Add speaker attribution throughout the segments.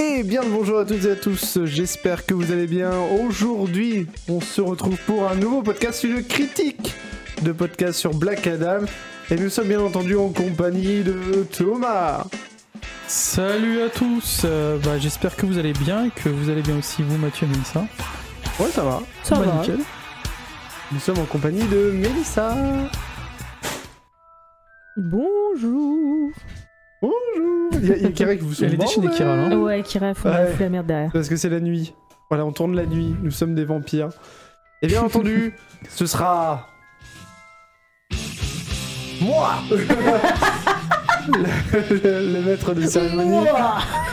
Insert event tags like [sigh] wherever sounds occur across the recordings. Speaker 1: Et Eh bien le bonjour à toutes et à tous, j'espère que vous allez bien. Aujourd'hui, on se retrouve pour un nouveau podcast sujet critique de podcast sur Black Adam. Et nous sommes bien entendu en compagnie de Thomas.
Speaker 2: Salut à tous, euh, bah, j'espère que vous allez bien, et que vous allez bien aussi vous Mathieu et Mélissa.
Speaker 1: Ouais, ça va.
Speaker 2: Ça
Speaker 3: va.
Speaker 2: nickel.
Speaker 1: Nous sommes en compagnie de Mélissa.
Speaker 3: Bonjour
Speaker 1: Bonjour. Il y a, il y a Kira qui vous sont
Speaker 2: Elle est déchaînée,
Speaker 1: bordés.
Speaker 2: Kira, là.
Speaker 3: Ah Ouais, Kira, faut
Speaker 1: Ouais.
Speaker 3: ouais. la merde [laughs] derrière.
Speaker 1: Parce que c'est la nuit. Voilà, on tourne la nuit, nous sommes des vampires. Et bien entendu, ce sera. Moi le, le- le maître de cérémonie.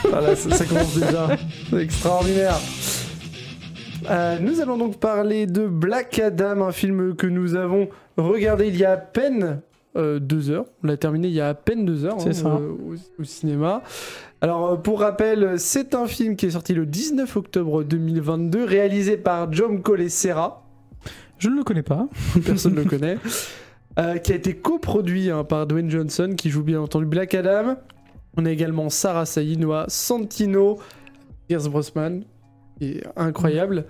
Speaker 1: Voilà, ça, ça commence déjà. C'est extraordinaire. Euh, nous allons donc parler de Black Adam, un film que nous avons regardé il y a à peine euh, deux heures. On l'a terminé il y a à peine deux heures
Speaker 2: C'est ça.
Speaker 1: euh, au, au cinéma. Alors, euh, pour rappel, c'est un film qui est sorti le 19 octobre 2022, réalisé par John Colessera.
Speaker 2: Je ne le connais pas.
Speaker 1: [laughs] Personne ne le connaît. Euh, qui a été coproduit hein, par Dwayne Johnson, qui joue bien entendu Black Adam. On a également Sarah Sayinoa, Santino, Pierce Brosnan, qui est incroyable.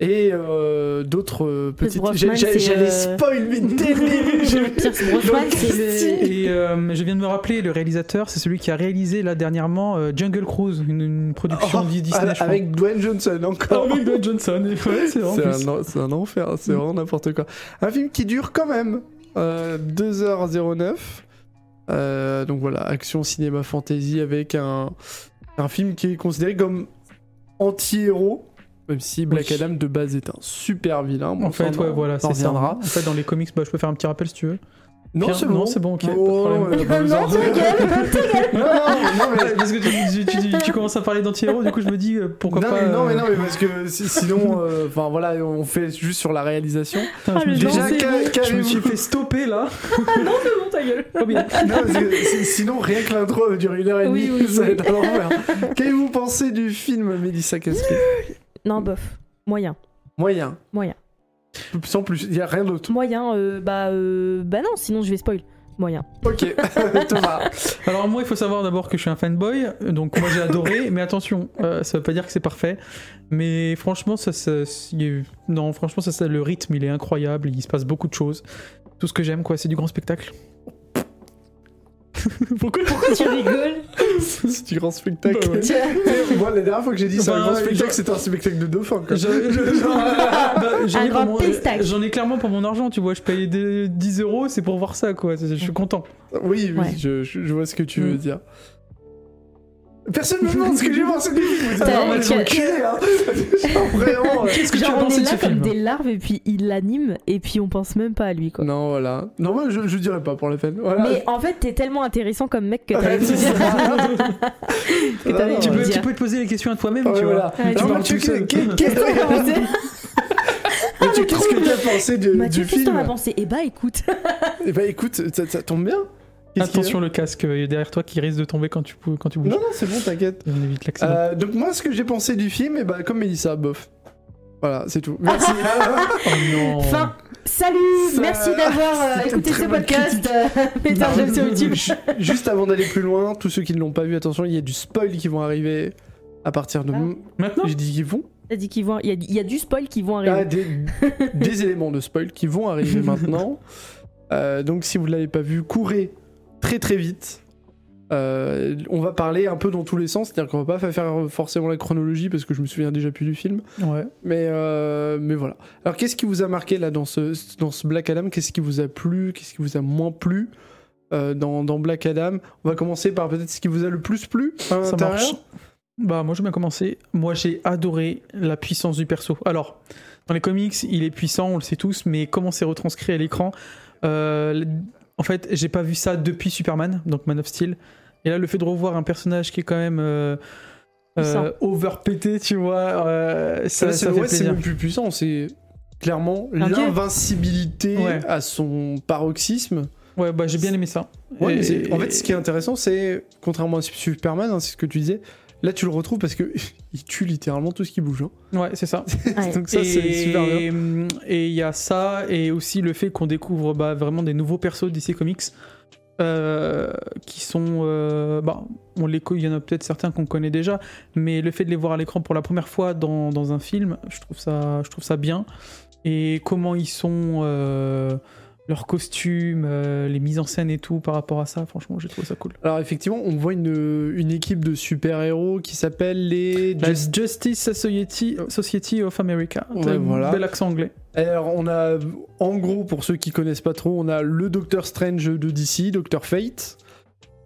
Speaker 1: Et euh, d'autres euh,
Speaker 3: Pierce
Speaker 1: petites.
Speaker 3: Brosnan,
Speaker 1: J'ai- j'ai-
Speaker 3: c'est,
Speaker 1: J'allais
Speaker 3: euh,
Speaker 1: spoil,
Speaker 3: [laughs]
Speaker 1: mais dès le début, j'ai-
Speaker 3: Pierce Brosnan,
Speaker 1: Donc,
Speaker 3: c'est le...
Speaker 2: Et euh, je viens de me rappeler, le réalisateur, c'est celui qui a réalisé là dernièrement euh, Jungle Cruise, une, une production
Speaker 1: Oh,
Speaker 2: di- Disney. je
Speaker 1: avec Dwayne Johnson
Speaker 2: crois.
Speaker 1: encore.
Speaker 2: Ah, avec Dwayne Johnson, et ouais, c'est vrai, en
Speaker 1: C'est un,
Speaker 2: plus.
Speaker 1: en- c'est un enfer, c'est vraiment n'importe quoi. Un film qui dure quand même euh, 2h09. Euh, donc voilà, action, cinéma, fantasy avec un, un film qui est considéré comme anti-héros. Même si Black
Speaker 2: Oui.
Speaker 1: Adam de base est un super vilain. Bon,
Speaker 2: En fait,
Speaker 1: ça, on
Speaker 2: ouais,
Speaker 1: en-
Speaker 2: voilà,
Speaker 1: on
Speaker 2: c'est
Speaker 1: en
Speaker 2: ça.
Speaker 1: reviendra.
Speaker 2: En fait, dans les comics, bah, je peux faire un petit rappel si tu veux.
Speaker 1: Non,
Speaker 2: Pierre,
Speaker 1: c'est bon.
Speaker 2: non, c'est bon, ok, pas de
Speaker 1: Oh, [laughs]
Speaker 2: problème.
Speaker 1: euh, bah, vous en-
Speaker 3: non, ta gueule, ta gueule
Speaker 1: Non, non, non, mais-
Speaker 2: Parce que tu, tu- tu- tu commences à parler d'anti-héros, du coup, je me dis euh, pourquoi
Speaker 1: non,
Speaker 2: pas.
Speaker 1: mais, non, mais
Speaker 2: euh,
Speaker 1: non, mais parce que si- sinon, euh, enfin voilà, on fait juste sur la réalisation.
Speaker 2: putain,
Speaker 3: Ah,
Speaker 2: je me
Speaker 3: le
Speaker 2: dis-
Speaker 3: Non,
Speaker 1: Déjà,
Speaker 3: c'est
Speaker 1: qu'a-
Speaker 3: bon.
Speaker 2: je me suis
Speaker 1: qu'avez-vous
Speaker 2: fait stopper là.
Speaker 3: Non, c'est bon, ta gueule
Speaker 1: Oh,
Speaker 2: Pas bien.
Speaker 1: Non, parce que si- sinon, rien que l'intro va durer une heure et
Speaker 3: Oui,
Speaker 1: demie,
Speaker 3: oui,
Speaker 1: ça va
Speaker 3: oui.
Speaker 1: être un enfer. Qu'avez-vous pensé du film Mélissa Casquet
Speaker 3: Non, bof. Moyen.
Speaker 1: Moyen.
Speaker 3: Moyen.
Speaker 1: Sans plus, il n'y a rien d'autre.
Speaker 3: Moyen, euh, bah, euh, bah non, sinon je vais spoil. Moyen.
Speaker 1: Ok, [laughs] Thomas.
Speaker 2: Alors moi, il faut savoir d'abord que je suis un fanboy, euh, donc moi j'ai [laughs] adoré, mais attention, euh, ça veut pas dire que c'est parfait. Mais franchement, ça, ça- il y a eu- non, franchement, ça, ça- le rythme, il est incroyable, il se passe beaucoup de choses. Tout ce que j'aime, quoi, c'est du grand spectacle. [laughs] Pourquoi
Speaker 3: [laughs] Tu rigoles
Speaker 1: C'est du grand spectacle.
Speaker 2: Bah ouais.
Speaker 3: Tiens.
Speaker 1: Et [laughs] Moi, la dernière fois que j'ai dit c'est un
Speaker 2: Bah,
Speaker 1: grand
Speaker 2: je-
Speaker 1: spectacle, c'était un spectacle de dauphin. quoi.
Speaker 2: [laughs] Je- je- Bah, j'en ai
Speaker 3: Un
Speaker 2: pour
Speaker 3: grand
Speaker 2: mon-
Speaker 3: pestacle.
Speaker 2: J'en ai clairement pour mon argent, tu vois, je paye des 10 euros, c'est pour voir ça, quoi. Je suis content.
Speaker 1: Oui, oui,
Speaker 3: Ouais.
Speaker 1: je, je- je vois ce que tu
Speaker 2: Mm.
Speaker 1: veux dire. Personne ne me demande ce que j'ai pensé du film. Vous êtes
Speaker 3: T'as-
Speaker 1: vraiment des
Speaker 3: tu-
Speaker 1: enculés, hein. [laughs] Genre, Vraiment. euh. ouais.
Speaker 2: Qu'est-ce que tu as
Speaker 3: Genre, on
Speaker 2: pensé
Speaker 3: est
Speaker 2: de ce
Speaker 3: là comme
Speaker 2: film
Speaker 3: des larves et puis il l'anime et puis on pense même pas à lui, quoi.
Speaker 1: Non, voilà. Non, moi, je, je dirais pas pour la peine. Voilà.
Speaker 3: Mais en fait, t'es tellement intéressant comme mec que
Speaker 1: Ouais,
Speaker 3: t'avais
Speaker 1: c'est ça.
Speaker 3: dire.
Speaker 2: [laughs]
Speaker 3: [laughs] que t'avais
Speaker 1: Non,
Speaker 2: tu,
Speaker 3: envie de
Speaker 2: peux,
Speaker 1: ouais.
Speaker 2: tu
Speaker 3: dire.
Speaker 2: peux te poser les questions à toi-même,
Speaker 1: Ouais,
Speaker 2: tu vois.
Speaker 1: voilà.
Speaker 3: Ouais,
Speaker 1: Alors,
Speaker 2: tu
Speaker 1: Mathieu,
Speaker 2: parles tout
Speaker 1: qu'est-
Speaker 2: seul.
Speaker 1: qu'est- qu'est- Mathieu, Ah, qu'est-ce que t'as pensé de-
Speaker 3: Mathieu,
Speaker 1: du
Speaker 3: qu'est-ce que t'en as
Speaker 1: film
Speaker 3: pensé Eh bah, écoute.
Speaker 1: Eh bah écoute, ça, ça tombe bien. Qu'est-ce qu'il y a
Speaker 2: Attention le casque euh, derrière toi qui risque de tomber quand tu, pou- quand tu bouges.
Speaker 1: Non, non, c'est bon, t'inquiète.
Speaker 2: On évite l'accident.
Speaker 1: Euh, donc moi, ce que j'ai pensé du film, et bah comme Mélissa, bof. Voilà, c'est tout.
Speaker 3: [laughs]
Speaker 1: Merci.
Speaker 2: Oh non.
Speaker 3: Fin. Salut,
Speaker 1: Ça-
Speaker 3: merci d'avoir euh,
Speaker 1: C'était
Speaker 3: écouté
Speaker 1: très Bah,
Speaker 3: ce
Speaker 1: bonne
Speaker 3: podcast. Mettez un j'aime sur YouTube.
Speaker 1: Ju- Juste avant d'aller plus loin, tous ceux qui ne l'ont pas vu, attention, il y a du spoil qui vont arriver à partir
Speaker 3: Ah.
Speaker 1: de...
Speaker 2: Maintenant
Speaker 1: J'ai dit qu'ils vont
Speaker 3: T'as dit qu'ils vont, il y, a- il y a du spoil qui vont
Speaker 1: euh, Ah,
Speaker 3: arriver.
Speaker 1: des, [laughs] des éléments de spoil qui vont arriver maintenant. Euh, donc si vous ne l'avez pas vu, courez très très vite. Euh, on va parler un peu dans tous les sens, c'est-à-dire qu'on va pas faire forcément la chronologie parce que je me souviens déjà plus du film.
Speaker 2: Ouais.
Speaker 1: Mais, euh, mais voilà. Alors qu'est-ce qui vous a marqué là dans ce, dans ce Black Adam Qu'est-ce qui vous a plu Qu'est-ce qui vous a moins plu euh, dans, dans Black Adam On va commencer par peut-être ce qui vous a le plus plu. à
Speaker 2: Ça
Speaker 1: l'intérieur.
Speaker 2: marche. Bah moi je vais bien commencer. Moi j'ai adoré la puissance du perso. Alors dans les comics il est puissant, on le sait tous, mais comment c'est retranscrit à l'écran euh, En fait j'ai pas vu ça depuis Superman, donc Man of Steel. Et là le fait de revoir un personnage qui est quand même euh, euh,
Speaker 3: Puissant.
Speaker 2: overpété, tu vois, euh, ça,
Speaker 1: Là,
Speaker 2: ça
Speaker 1: c'est
Speaker 2: fait
Speaker 1: ouais, c'est
Speaker 2: plaisir.
Speaker 1: même plus puissant, c'est clairement
Speaker 3: Un dieu.
Speaker 1: l'invincibilité
Speaker 2: Ouais.
Speaker 1: à son paroxysme.
Speaker 2: Ouais bah j'ai bien aimé ça.
Speaker 1: Ouais,
Speaker 2: Et-
Speaker 1: mais c'est- En fait, ce qui est intéressant, c'est contrairement à Superman, hein, c'est ce que tu disais, là tu le retrouves parce que [laughs] il tue littéralement tout ce qui bouge. hein.
Speaker 2: ouais c'est ça.
Speaker 3: Ouais.
Speaker 1: Donc ça, c'est
Speaker 2: Et-
Speaker 1: super bien.
Speaker 2: Et il y a ça, et aussi le fait qu'on découvre bah, vraiment des nouveaux persos DC Comics. euh, qui sont. euh, bah, on les co- il y en a peut-être certains qu'on connaît déjà, mais le fait de les voir à l'écran pour la première fois dans, dans un film, je trouve ça, je trouve ça bien. Et comment ils sont, euh, leurs costumes, euh, les mises en scène et tout par rapport à ça, franchement, j'ai trouvé ça cool.
Speaker 1: Alors effectivement, on voit une, une équipe de super-héros qui s'appelle les...
Speaker 2: La
Speaker 1: Just-
Speaker 2: Justice Society, Society of America.
Speaker 1: Ouais,
Speaker 2: T'as un
Speaker 1: voilà.
Speaker 2: Bel accent anglais.
Speaker 1: Alors on a, en gros, pour ceux qui connaissent pas trop, on a le Docteur Strange de DC, Docteur Fate.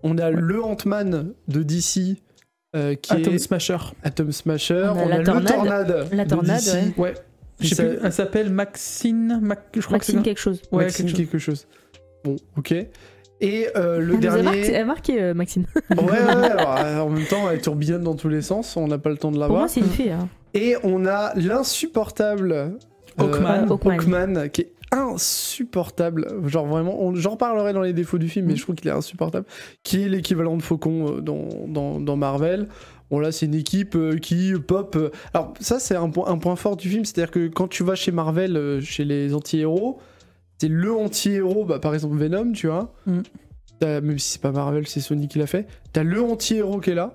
Speaker 1: On a le Ant-Man de DC, euh, qui
Speaker 2: Atom
Speaker 1: est
Speaker 2: Smasher.
Speaker 1: Atom Smasher.
Speaker 3: On a la
Speaker 1: le
Speaker 3: tornade.
Speaker 1: Tornade.
Speaker 3: La
Speaker 1: de
Speaker 3: tornade,
Speaker 1: DC.
Speaker 3: ouais.
Speaker 2: Ouais. Je sais
Speaker 1: Ça-
Speaker 2: plus, elle s'appelle Maxine. Mac- je crois
Speaker 3: Maxime
Speaker 2: que
Speaker 3: quelque chose.
Speaker 2: c'est. Ouais,
Speaker 1: Maxime
Speaker 2: quelque chose.
Speaker 1: quelque chose. Bon, ok. Et euh, le
Speaker 3: Elle nous a marqué-
Speaker 1: dernier. Ah
Speaker 3: elle a marqué euh, Maxime.
Speaker 1: Ouais, ouais, alors, euh, en même temps, elle tourbillonne dans tous les sens, on n'a pas le temps de la
Speaker 3: Pour
Speaker 1: voir.
Speaker 3: moi, c'est une fille. hein.
Speaker 1: Et on a l'insupportable euh,
Speaker 2: Hawkman.
Speaker 3: Hawkman.
Speaker 1: Hawkman, qui est insupportable. Genre vraiment, on- j'en parlerai dans les défauts du film, mais
Speaker 2: Mhm.
Speaker 1: je trouve qu'il est insupportable. Qui est l'équivalent de Faucon euh, dans, dans, dans Marvel. Bon là, c'est une équipe euh, qui pop. euh, Alors ça, c'est un, point- un point fort du film, c'est-à-dire que quand tu vas chez Marvel, euh, chez les anti-héros, c'est le anti-héros, bah, par exemple Venom, tu vois.
Speaker 2: Mhm.
Speaker 1: T'as- Même si c'est pas Marvel, c'est Sony qui l'a fait. T'as le anti-héros qui est là,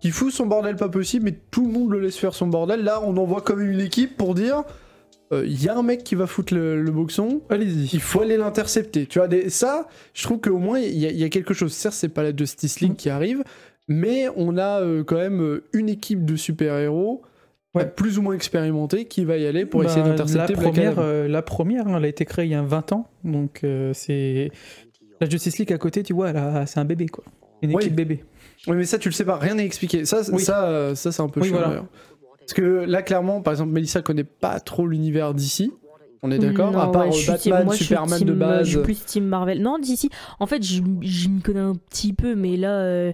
Speaker 1: qui fout son bordel pas possible, mais tout le monde le laisse faire son bordel. Là, on envoie quand même une équipe pour dire il y a un mec qui va foutre le, le boxon,
Speaker 2: Allez-y.
Speaker 1: il faut aller l'intercepter. Tu vois, des- ça, je trouve qu'au moins, il y, a- il y a quelque chose. Certes, c'est pas la Justice League
Speaker 2: Mm.
Speaker 1: qui arrive, mais on a euh, quand même euh, une équipe de super-héros
Speaker 2: Ouais.
Speaker 1: euh, plus ou moins expérimentée qui va y aller pour essayer
Speaker 2: Bah,
Speaker 1: d'intercepter
Speaker 2: la
Speaker 1: Black
Speaker 2: première,
Speaker 1: Adam.
Speaker 2: euh, la première, hein, elle a été créée il y a 20 ans, donc euh, c'est la Justice League à côté, tu vois, elle a- c'est un bébé quoi, une
Speaker 1: Oui.
Speaker 2: équipe bébé.
Speaker 1: Oui, mais ça, tu le sais pas, rien n'est expliqué. Ça, c-
Speaker 2: Oui.
Speaker 1: ça, euh, ça c'est un peu
Speaker 2: Oui,
Speaker 1: chiant,
Speaker 2: voilà.
Speaker 1: d'ailleurs. Parce que là, clairement, par exemple, Melissa connaît pas trop l'univers d'ici. On est d'accord
Speaker 3: Non,
Speaker 1: À part
Speaker 3: ouais,
Speaker 1: euh,
Speaker 3: je suis
Speaker 1: Batman,
Speaker 3: team- moi, je suis
Speaker 1: Superman de
Speaker 3: team, euh,
Speaker 1: base.
Speaker 3: Je suis plus Team Marvel. Non, d'ici, en fait, je, je m'y connais un petit peu, mais là. euh,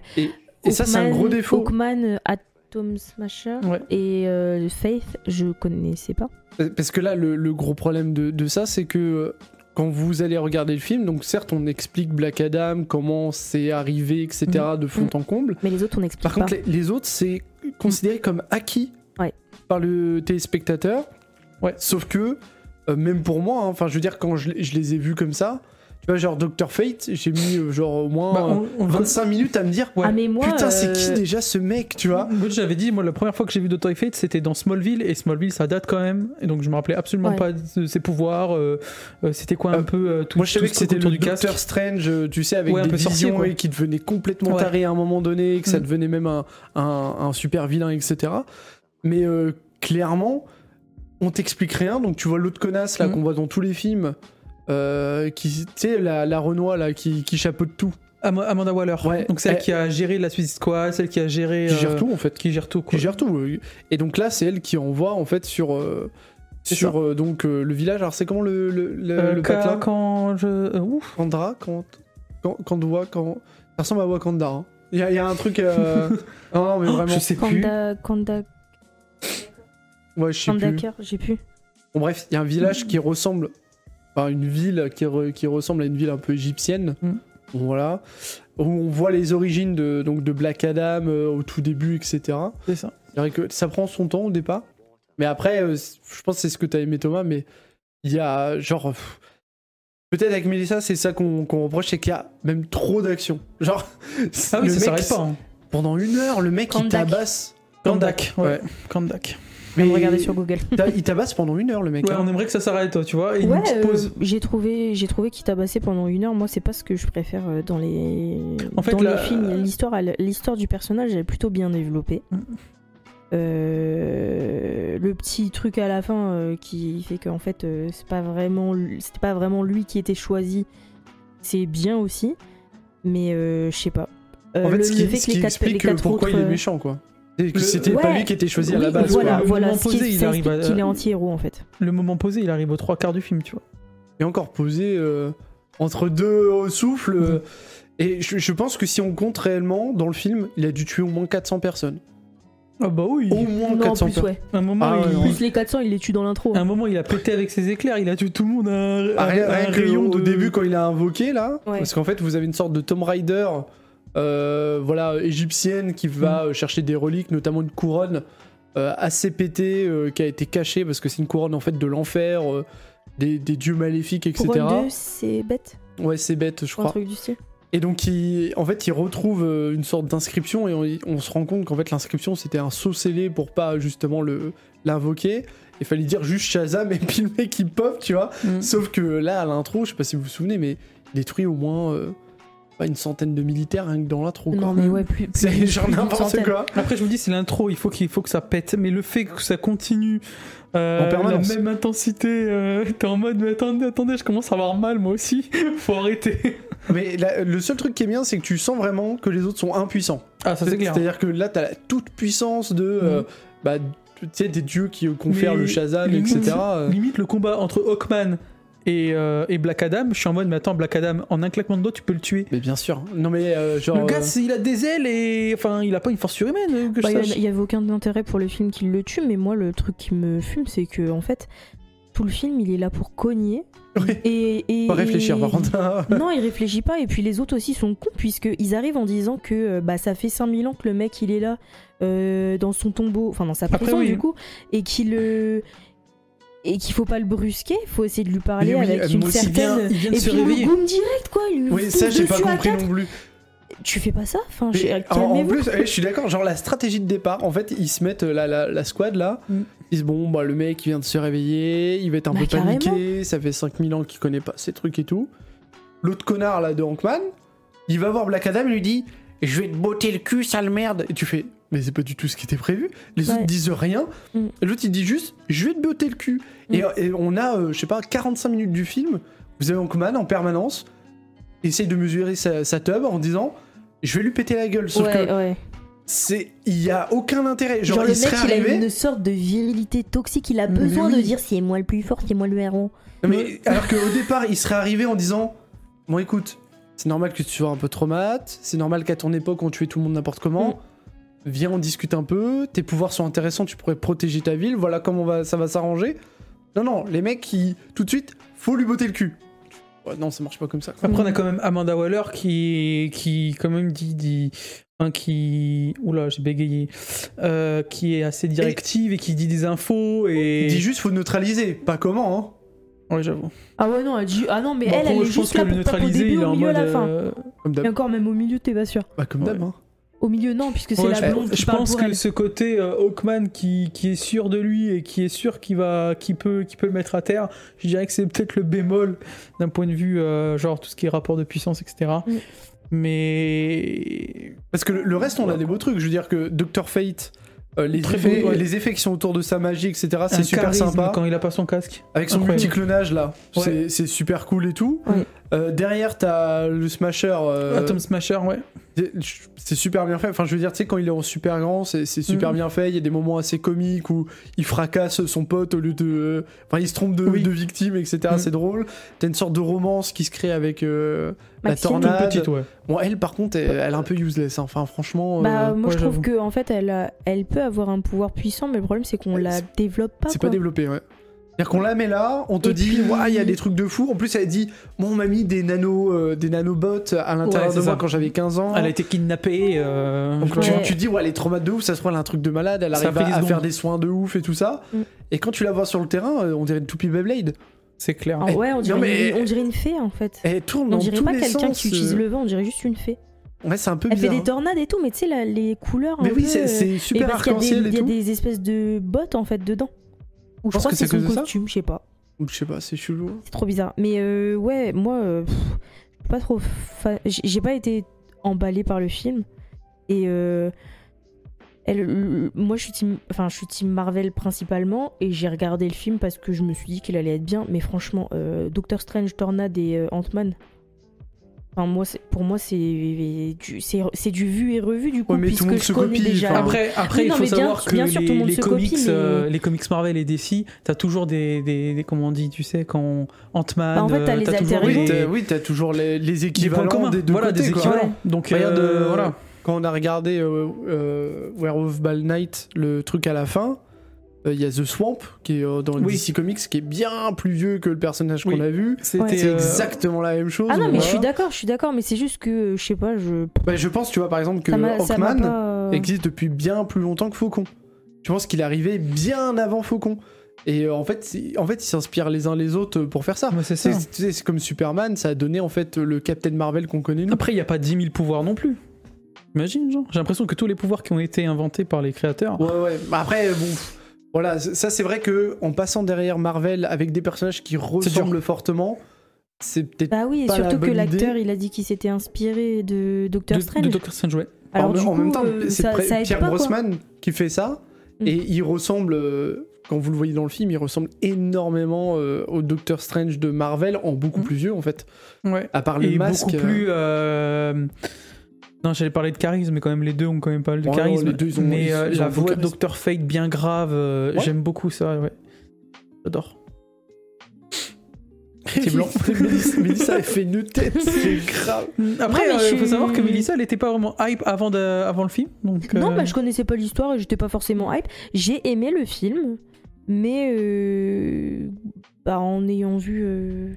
Speaker 1: Et ça, c'est un
Speaker 3: Hawkman-
Speaker 1: gros défaut.
Speaker 3: Hawkman, euh, Atom Smasher
Speaker 2: Ouais.
Speaker 3: et euh, Faith, je connaissais pas.
Speaker 1: Parce que là, le, le gros problème de, de ça, c'est que euh, quand vous allez regarder le film, donc certes, on explique Black Adam, comment c'est arrivé, etc.,
Speaker 3: Mm.
Speaker 1: de fond en comble.
Speaker 3: Mais les autres, on n'explique
Speaker 1: Par
Speaker 3: pas.
Speaker 1: contre, les, les autres, c'est considéré comme acquis
Speaker 3: Ouais.
Speaker 1: par le téléspectateur.
Speaker 2: Ouais.
Speaker 1: Sauf que, euh, même pour moi, hein, enfin, je veux dire, quand je, les- je les ai vus comme ça, tu vois, genre Dr. Fate, j'ai mis euh, genre au moins
Speaker 2: Bah,
Speaker 1: euh,
Speaker 2: on- on-
Speaker 1: 25 minutes à me dire
Speaker 2: ouais.
Speaker 3: Ah, mais moi.
Speaker 1: Putain, c'est
Speaker 3: euh,
Speaker 1: qui déjà ce mec, tu vois
Speaker 2: Moi, j'avais dit, moi, la première fois que j'ai vu Doctor Fate, c'était dans Smallville, et Smallville, ça date quand même, et donc je me rappelais absolument
Speaker 3: Ouais.
Speaker 2: pas de ses pouvoirs, euh, euh, c'était quoi un
Speaker 1: Euh,
Speaker 2: peu euh, tout
Speaker 1: Moi, je
Speaker 2: tout
Speaker 1: savais
Speaker 2: ce
Speaker 1: que
Speaker 2: truc
Speaker 1: c'était
Speaker 2: autour
Speaker 1: le
Speaker 2: du casque.
Speaker 1: Docteur Strange, euh, tu sais, avec
Speaker 2: Ouais, un
Speaker 1: des
Speaker 2: peu
Speaker 1: visions
Speaker 2: sorcier, quoi.
Speaker 1: et qui devenait complètement
Speaker 2: Ouais.
Speaker 1: taré à un moment donné, et que ça
Speaker 2: Mm.
Speaker 1: devenait même un, un- un super vilain, etc. Mais euh, clairement, on t'explique rien. Donc, tu vois l'autre connasse là
Speaker 2: Mm.
Speaker 1: qu'on voit dans tous les films, euh, qui, tu sais, la, la Renoir là, qui, qui chapeaute tout,
Speaker 2: Am- Amanda Waller,
Speaker 1: Ouais.
Speaker 2: donc celle
Speaker 1: Eh.
Speaker 2: qui a géré la Suicide Squad, celle qui a géré
Speaker 1: qui gère
Speaker 2: euh,
Speaker 1: tout en fait.
Speaker 2: qui gère tout, quoi.
Speaker 1: Qui gère tout. euh. Et donc là, c'est elle qui envoie en fait sur. euh,
Speaker 2: C'est
Speaker 1: sur euh, donc euh, le village, alors c'est comment le, le, le,
Speaker 2: Euh,
Speaker 1: le
Speaker 2: quand-
Speaker 1: patelin
Speaker 2: quand je euh, ouf.
Speaker 1: Kandra, quand, quand, quand, on voit- quand- Ça ressemble à Wakanda. hein. Il y, a- il y a un truc.
Speaker 2: [laughs]
Speaker 1: euh, non, non, mais vraiment.
Speaker 2: Oh, je sais plus.
Speaker 3: Kanda, Kanda,
Speaker 1: Ouais, je sais plus.
Speaker 3: Kandaker, j'ai plus.
Speaker 1: Bon, bref, il y a un village qui ressemble. Enfin, une ville qui, re- qui ressemble à une ville un peu égyptienne.
Speaker 2: Mm.
Speaker 1: Voilà. Où on voit les origines de, donc, de Black Adam euh, au tout début, etc.
Speaker 2: C'est ça.
Speaker 1: C'est vrai que ça prend son temps au départ. Mais après, euh, c- je pense que c'est ce que t'as aimé Thomas, mais il y a genre. pff, Peut-être avec Melissa, c'est ça qu'on qu'on reproche, c'est qu'il y a même trop d'action. Genre,
Speaker 2: Ah oui,
Speaker 1: le
Speaker 2: ça
Speaker 1: mec,
Speaker 2: s'arrête pas. hein.
Speaker 1: Pendant une heure, le mec il
Speaker 3: Kandak.
Speaker 1: tabasse.
Speaker 2: Kandak, ouais.
Speaker 1: ouais.
Speaker 2: Kandak.
Speaker 3: Je vais me regarder sur Google.
Speaker 1: ta- il tabasse pendant une heure, le mec.
Speaker 2: Ouais,
Speaker 1: hein.
Speaker 2: on aimerait que ça s'arrête, tu vois, et une
Speaker 3: Ouais,
Speaker 2: petite pause.
Speaker 3: euh, j'ai trouvé, j'ai trouvé qu'il tabassait pendant une heure. Moi, c'est pas ce que je préfère euh, dans les,
Speaker 2: En fait,
Speaker 3: dans
Speaker 2: la-
Speaker 3: les films. L'histoire, elle- l'histoire du personnage, elle est plutôt bien développée.
Speaker 2: Mm.
Speaker 3: Euh, le petit truc à la fin euh, qui fait qu'en fait, euh, c'est pas vraiment, lui- c'était pas vraiment lui qui était choisi. C'est bien aussi, mais euh, je sais pas. Euh,
Speaker 1: en fait,
Speaker 3: le,
Speaker 1: ce qui,
Speaker 3: le fait
Speaker 1: ce
Speaker 3: que
Speaker 1: qui
Speaker 3: les quatre, les
Speaker 1: explique
Speaker 3: quatre
Speaker 1: pourquoi
Speaker 3: autres,
Speaker 1: il est
Speaker 3: euh,
Speaker 1: méchant, quoi. C'est que
Speaker 2: Le-
Speaker 1: C'était pas
Speaker 3: Ouais.
Speaker 1: lui qui était choisi à la
Speaker 3: oui,
Speaker 1: base,
Speaker 3: Voilà,
Speaker 1: quoi.
Speaker 3: voilà,
Speaker 2: moment
Speaker 3: ce qui
Speaker 2: posé, il
Speaker 3: ça
Speaker 2: arrive à-
Speaker 3: explique qu'il est anti-héros en fait.
Speaker 2: Le moment posé, il arrive aux trois quarts du film, tu vois.
Speaker 1: Et encore posé euh, entre deux euh, souffles. euh, et je, je pense que si on compte réellement, dans le film, il a dû tuer au moins 400 personnes.
Speaker 2: Ah bah oui.
Speaker 1: Au moins
Speaker 3: Non, en
Speaker 1: 400
Speaker 3: plus,
Speaker 1: personnes.
Speaker 3: ouais.
Speaker 2: Un moment,
Speaker 1: Ah ouais,
Speaker 2: il...
Speaker 1: non.
Speaker 3: Plus les 400, il les tue dans l'intro. hein.
Speaker 2: un moment, il a pété avec ses éclairs, il a tué tout le monde à un,
Speaker 1: Ah,
Speaker 2: à-
Speaker 1: rien
Speaker 2: à
Speaker 1: rien
Speaker 2: un
Speaker 1: que
Speaker 2: rayon
Speaker 1: au
Speaker 2: de-
Speaker 1: début quand il a invoqué là,
Speaker 3: Ouais.
Speaker 1: parce qu'en fait vous avez une sorte de Tomb Raider, euh, voilà égyptienne qui va euh, chercher des reliques, notamment une couronne euh, assez pétée euh, qui a été cachée parce que c'est une couronne en fait de l'enfer, euh, des, des dieux maléfiques, etc.
Speaker 3: Pour eux deux, c'est bête.
Speaker 1: Ouais, c'est bête, je
Speaker 3: un
Speaker 1: crois.
Speaker 3: truc du style.
Speaker 1: Et donc, il- en fait, il retrouve euh, une sorte d'inscription et on, on se rend compte qu'en fait, l'inscription, c'était un saut scellé pour pas justement le l'invoquer. Il fallait dire juste Shazam et puis le mec il pop, tu vois.
Speaker 2: Mm.
Speaker 1: Sauf que là, à l'intro, je sais pas si vous vous souvenez, mais il détruit au moins euh, pas une centaine de militaires rien que dans l'intro. quoi. [laughs]
Speaker 3: Non, mais ouais, plus. plus-
Speaker 1: C'est genre
Speaker 3: plus d'une
Speaker 1: n'importe
Speaker 3: centaine.
Speaker 1: quoi.
Speaker 2: Après, je vous dis, c'est l'intro, il faut qu'il faut que ça pète. Mais le fait que ça continue euh,
Speaker 1: En permanence.
Speaker 2: la même intensité, euh, t'es en mode, mais attendez, attendez, je commence à avoir mal moi aussi. [laughs] faut arrêter.
Speaker 1: Mais la- le seul truc qui est bien, c'est que tu sens vraiment que les autres sont impuissants.
Speaker 2: Ah, ça c'est clair.
Speaker 1: C'est-à-dire que là, t'as la toute puissance de.
Speaker 3: Mm.
Speaker 1: euh, bah, tu sais, des dieux qui confèrent
Speaker 2: Mais
Speaker 1: le Shazam,
Speaker 2: limite-
Speaker 1: etc. euh,
Speaker 2: Limite, le combat entre Hawkman et, euh, et Black Adam, je suis en mode, mais attends, Black Adam, en un claquement de doigts, tu peux le tuer.
Speaker 1: euh. Mais bien sûr. Non, mais euh, genre.
Speaker 2: Le gars,
Speaker 1: euh,
Speaker 2: c'est- il a des ailes et. Enfin, il a pas une force surhumaine, euh, que je
Speaker 3: Bah, il y a-
Speaker 2: sache.
Speaker 3: il y avait aucun intérêt pour le film qui le tue, mais moi, le truc qui me fume, c'est que, en fait, tout le film, il est là pour cogner.
Speaker 1: [laughs] Ouais.
Speaker 3: Et, et-
Speaker 1: Pas réfléchir,
Speaker 3: et-
Speaker 1: par contre.
Speaker 3: [laughs] Non, il réfléchit pas. Et puis les autres aussi sont cons, puisqu'ils arrivent en disant que euh, bah, ça fait 5000 ans que le mec il est là, euh, dans son tombeau, enfin dans sa
Speaker 2: Après,
Speaker 3: prison
Speaker 2: oui.
Speaker 3: du coup, et qu'il euh, et qu'il faut pas le brusquer, faut essayer de lui parler
Speaker 1: Mais oui,
Speaker 3: avec
Speaker 1: euh,
Speaker 3: une
Speaker 1: moi aussi,
Speaker 3: certaine.
Speaker 2: Il vient- il vient de
Speaker 3: et
Speaker 2: se
Speaker 3: puis il
Speaker 2: réveiller.
Speaker 3: le goûme direct quoi, il
Speaker 1: [laughs]
Speaker 3: lui
Speaker 1: oui,
Speaker 3: fonce
Speaker 1: ça, j'ai pas
Speaker 3: dessus à
Speaker 1: compris
Speaker 3: quatre.
Speaker 1: non plus.
Speaker 3: Tu fais pas ça Enfin, je-
Speaker 1: Mais en- en
Speaker 3: calmez-vous.
Speaker 1: plus, ouais, je suis d'accord, genre la stratégie de départ, en fait, ils se mettent euh, la, la, la squad là,
Speaker 2: Mm.
Speaker 1: ils se disent bon, bah, le mec il vient de se réveiller, il va être un
Speaker 3: Bah,
Speaker 1: peu
Speaker 3: carrément.
Speaker 1: paniqué, ça fait 5000 ans qu'il connaît pas ces trucs et tout. L'autre connard là de Hankman, il va voir Black Adam et lui dit Je vais te botter le cul, sale merde Et tu fais Mais c'est pas du tout ce qui était prévu. Les
Speaker 3: Ouais.
Speaker 1: autres disent rien,
Speaker 3: Mm.
Speaker 1: l'autre il dit juste Je vais te botter le cul. Et, et on a, euh, je sais pas, 45 minutes du film, vous avez Hankman en permanence, essaye de mesurer sa, sa teub en disant. Je vais lui péter la gueule, sauf que
Speaker 3: Ouais, ouais.
Speaker 1: c'est il y a aucun intérêt genre,
Speaker 3: Genre,
Speaker 1: il
Speaker 3: le mec
Speaker 1: serait
Speaker 3: il
Speaker 1: arrivé
Speaker 3: a une sorte de virilité toxique, il a
Speaker 1: Mais
Speaker 3: besoin de
Speaker 1: oui.
Speaker 3: dire c'est moi le plus fort, c'est moi le héros.
Speaker 1: mais alors qu'au départ il serait arrivé en disant bon écoute c'est normal que tu sois un peu traumatisé c'est normal qu'à ton époque on tuait tout le monde n'importe
Speaker 2: Mm.
Speaker 1: comment viens on discute un peu tes pouvoirs sont intéressants tu pourrais protéger ta ville voilà comment on va ça va s'arranger non non les mecs qui tout de suite faut lui botter le cul Ouais, non ça marche pas comme ça quoi.
Speaker 2: Après, on a quand même Amanda Waller qui, qui quand même, dit. dit hein, qui. Oula, j'ai bégayé. Euh, qui est assez directive et, qui dit des infos.
Speaker 1: il
Speaker 2: Et...
Speaker 1: dit juste faut neutraliser pas comment hein
Speaker 2: Ouais, j'avoue.
Speaker 3: Ah ouais, non, elle dit. Ah non, mais
Speaker 2: Bon,
Speaker 3: elle,
Speaker 2: après,
Speaker 3: elle
Speaker 2: moi,
Speaker 3: est
Speaker 2: je pense
Speaker 3: juste
Speaker 2: que
Speaker 3: là
Speaker 2: le
Speaker 3: pour taper au
Speaker 2: neutraliser,
Speaker 3: début,
Speaker 2: il est
Speaker 3: au
Speaker 2: en
Speaker 3: milieu, à
Speaker 2: mode.
Speaker 3: la fin.
Speaker 2: euh,
Speaker 1: comme
Speaker 3: Et
Speaker 1: d'hab
Speaker 3: encore, même au milieu, t'es pas sûr.
Speaker 1: bah, comme d'hab
Speaker 2: Ouais.
Speaker 1: hein.
Speaker 3: Au milieu, non, puisque c'est
Speaker 2: Ouais,
Speaker 3: la
Speaker 2: je,
Speaker 3: blonde qui
Speaker 2: je
Speaker 3: parle
Speaker 2: pense
Speaker 3: pour
Speaker 2: que
Speaker 3: elle.
Speaker 2: ce côté euh, Hawkman qui, qui est sûr de lui et qui est sûr qu'il va qui peut qui peut le mettre à terre, je dirais que c'est peut-être le bémol d'un point de vue euh, genre tout ce qui est rapport de puissance etc.
Speaker 3: Mm.
Speaker 2: Mais
Speaker 1: Parce que le- le reste, on a des beaux trucs. Je veux dire que Dr. Fate, euh, les,
Speaker 2: Très
Speaker 1: effets,
Speaker 2: beau, ouais.
Speaker 1: les effets qui sont autour de sa magie, etc., c'est
Speaker 2: un
Speaker 1: super
Speaker 2: charisme
Speaker 1: sympa.
Speaker 2: quand il a pas son casque.
Speaker 1: Avec son
Speaker 2: Incroyable.
Speaker 1: multiclonage, là,
Speaker 2: Ouais.
Speaker 1: c'est- c'est super cool et tout.
Speaker 3: Ouais.
Speaker 1: Euh, derrière, t'as le Smasher. euh,
Speaker 2: Atom Ah, Smasher ouais.
Speaker 1: c'est- c'est super bien fait. Enfin, je veux dire, tu sais, quand il est en super grand, c'est c'est super
Speaker 2: Mhm.
Speaker 1: bien fait. Il y a des moments assez comiques où il fracasse son pote au lieu de. Enfin, il se trompe de,
Speaker 2: Oui.
Speaker 1: de victime, etc.
Speaker 2: Mhm.
Speaker 1: C'est drôle. T'as une sorte de romance qui se crée avec euh, la
Speaker 3: Maxime.
Speaker 2: Toute
Speaker 1: tornade.
Speaker 2: petite ouais.
Speaker 1: Bon, elle, par contre, elle, elle est un peu useless. hein. Enfin, franchement.
Speaker 3: Bah,
Speaker 1: euh,
Speaker 3: moi, je
Speaker 2: ouais,
Speaker 3: trouve
Speaker 2: j'avoue.
Speaker 3: que en fait, elle, a- elle peut avoir un pouvoir puissant, mais le problème, c'est qu'on
Speaker 1: Ouais,
Speaker 3: la
Speaker 1: c'est-
Speaker 3: développe pas.
Speaker 1: C'est
Speaker 3: quoi.
Speaker 1: pas développé, ouais. C'est-à-dire qu'on la met là, on te
Speaker 3: Et
Speaker 1: dit,
Speaker 3: puis-
Speaker 1: Ouah, il y a des trucs de fou. En plus, elle dit, moi, on m'a mis des, nano, euh, des nanobots à l'intérieur
Speaker 2: Ouais,
Speaker 1: de
Speaker 2: c'est
Speaker 1: moi
Speaker 2: ça.
Speaker 1: quand j'avais 15 ans.
Speaker 2: Elle a été kidnappée. euh,
Speaker 1: Donc, tu,
Speaker 3: Ouais.
Speaker 1: tu te dis, ouais, elle est traumatisée de ouf, ça se trouve, elle a un truc de malade, elle
Speaker 2: Ça
Speaker 1: arrive
Speaker 2: fait des
Speaker 1: à, à
Speaker 2: secondes.
Speaker 1: faire des soins de ouf et tout ça.
Speaker 3: Mm.
Speaker 1: Et quand tu la vois sur le terrain, euh, on dirait une toupie Beyblade.
Speaker 2: c'est clair.
Speaker 3: Ah ouais, on dirait,
Speaker 1: Eh, Non, mais-
Speaker 3: une, on dirait une fée en fait.
Speaker 1: Elle tourne
Speaker 3: On
Speaker 1: dans
Speaker 3: dirait
Speaker 1: tous
Speaker 3: pas
Speaker 1: les
Speaker 3: quelqu'un
Speaker 1: sens.
Speaker 3: qui utilise
Speaker 1: euh.
Speaker 3: le vent, on dirait juste une fée.
Speaker 1: Ouais, c'est un peu
Speaker 3: Elle fait
Speaker 1: bizarre. hein.
Speaker 3: des tornades et tout, mais tu sais, la- les couleurs. un
Speaker 1: Mais oui,
Speaker 3: peu,
Speaker 1: c'est
Speaker 3: euh,
Speaker 1: c'est
Speaker 3: et
Speaker 1: super
Speaker 3: parce qu'il y a des-
Speaker 1: arc-en-ciel et
Speaker 3: Il y a
Speaker 1: tout.
Speaker 3: des espèces de bottes en fait dedans. Ou je
Speaker 1: Pense
Speaker 3: crois
Speaker 1: que
Speaker 3: que c'est
Speaker 1: c'est à
Speaker 3: son
Speaker 1: cause de ça
Speaker 3: costume, je sais pas.
Speaker 1: Je sais pas, c'est chelou.
Speaker 3: C'est trop bizarre. Mais euh, ouais, moi, euh, pff, je suis pas trop. fa- J'ai j'ai pas été emballée par le film. Et euh, elle, le- moi, je suis team, enfin, je suis team Marvel principalement, et j'ai regardé le film parce que je me suis dit qu'il allait être bien. Mais franchement, euh, Doctor Strange, Tornade et euh, Ant-Man. Enfin, moi, c'est- pour moi, c'est du, c'est- c'est du vu et revu du coup,
Speaker 1: Ouais, mais tout le
Speaker 3: puisque
Speaker 1: monde
Speaker 3: je
Speaker 1: se
Speaker 3: connais
Speaker 1: copie,
Speaker 3: déjà.
Speaker 1: enfin.
Speaker 2: Après, après
Speaker 3: Oui,
Speaker 2: il
Speaker 3: non,
Speaker 2: faut
Speaker 3: mais bien-
Speaker 2: savoir que
Speaker 3: bien sûr, tout le
Speaker 2: les,
Speaker 3: monde
Speaker 2: les
Speaker 3: se
Speaker 2: comics,
Speaker 3: copie, mais-
Speaker 2: euh, les comics Marvel et DC, t'as toujours des, des, des- comment on dit, tu sais, quand Ant-Man,
Speaker 3: Bah, en fait, t'as
Speaker 2: euh,
Speaker 3: les
Speaker 2: toujours
Speaker 3: alter
Speaker 1: Oui,
Speaker 3: ego.
Speaker 2: des-
Speaker 1: t'as oui, t'as toujours les, les
Speaker 2: des points
Speaker 1: équivalents
Speaker 2: communs,
Speaker 1: des deux
Speaker 2: voilà,
Speaker 1: côtés,
Speaker 2: des
Speaker 1: quoi.
Speaker 2: équivalents. Donc,
Speaker 1: Regarde,
Speaker 2: euh,
Speaker 1: euh,
Speaker 2: voilà.
Speaker 1: quand on a regardé euh, euh, Werewolf Ball Night, le truc à la fin, euh, il y a The Swamp qui est euh, dans le
Speaker 2: Oui.
Speaker 1: DC Comics, qui est bien plus vieux que le personnage qu'on
Speaker 2: Oui.
Speaker 1: a vu.
Speaker 2: C'était
Speaker 3: Ouais.
Speaker 1: C'est
Speaker 2: euh,
Speaker 1: exactement la même chose.
Speaker 3: Ah non,
Speaker 1: donc
Speaker 3: mais je suis
Speaker 1: voilà.
Speaker 3: d'accord, je suis d'accord, mais c'est juste que je sais pas, je.
Speaker 1: Bah, je pense, tu vois, par exemple, que
Speaker 3: ça m'a- ça m'a
Speaker 1: Hawkman
Speaker 3: pas, euh,
Speaker 1: existe depuis bien plus longtemps que Faucon. Je pense qu'il est arrivé bien avant Faucon. Et euh, en fait, c'est- en fait, ils s'inspirent les uns les autres pour faire ça.
Speaker 2: Ah, mais c'est ça.
Speaker 1: C'est- C'est c'est comme Superman, ça a donné en fait le Captain Marvel qu'on connaît nous.
Speaker 2: Après, il n'y a pas 10 000 pouvoirs non plus. Imagine, genre. J'ai l'impression que tous les pouvoirs qui ont été inventés par les créateurs.
Speaker 1: Ouais, ouais. Bah après, bon. pff, Voilà, c- ça c'est vrai que en passant derrière Marvel avec des personnages qui ressemblent fortement, c'est peut-être.
Speaker 3: Bah oui, et
Speaker 1: pas la
Speaker 3: surtout que
Speaker 1: bonne
Speaker 3: l'acteur, il a dit qu'il s'était inspiré de Doctor
Speaker 2: de,
Speaker 3: Strange.
Speaker 2: de Doctor Strange, ouais.
Speaker 3: Alors
Speaker 1: en,
Speaker 3: du
Speaker 1: en
Speaker 3: coup,
Speaker 1: même temps,
Speaker 3: euh,
Speaker 1: c'est
Speaker 3: ça,
Speaker 1: Pre-
Speaker 3: ça aide
Speaker 1: Pierre
Speaker 3: pas, quoi.
Speaker 1: Grossman qui fait ça,
Speaker 3: Mm.
Speaker 1: et il ressemble, euh, quand vous le voyez dans le film, il ressemble énormément euh, au Doctor Strange de Marvel en beaucoup
Speaker 2: Mm.
Speaker 1: plus vieux en fait.
Speaker 2: ouais.
Speaker 1: À part le
Speaker 2: Et
Speaker 1: masque.
Speaker 2: beaucoup
Speaker 1: euh,
Speaker 2: plus. euh, Non, j'allais parler de charisme, mais quand même, les deux ont quand même pas le de
Speaker 1: Ouais,
Speaker 2: charisme.
Speaker 1: ouais, les deux, ils ont-
Speaker 2: mais
Speaker 1: ils-
Speaker 2: euh,
Speaker 1: ils ont
Speaker 2: la
Speaker 1: un beau
Speaker 2: voix de
Speaker 1: charisme.
Speaker 2: Doctor Fate bien grave, euh,
Speaker 1: Ouais.
Speaker 2: j'aime beaucoup ça, ouais.
Speaker 1: [laughs]
Speaker 2: J'adore. C'est blanc.
Speaker 1: Mélissa- Mélissa, elle fait une tête, c'est
Speaker 3: [laughs]
Speaker 1: grave.
Speaker 2: Mm, Après,
Speaker 3: mais
Speaker 2: il
Speaker 3: je
Speaker 2: faut
Speaker 3: suis-
Speaker 2: savoir que Melissa, elle était pas vraiment hype avant, de- avant le film. Donc,
Speaker 3: Non,
Speaker 2: euh, [laughs]
Speaker 3: bah je connaissais pas l'histoire et j'étais pas forcément hype. J'ai aimé le film, mais euh, bah, en ayant vu euh,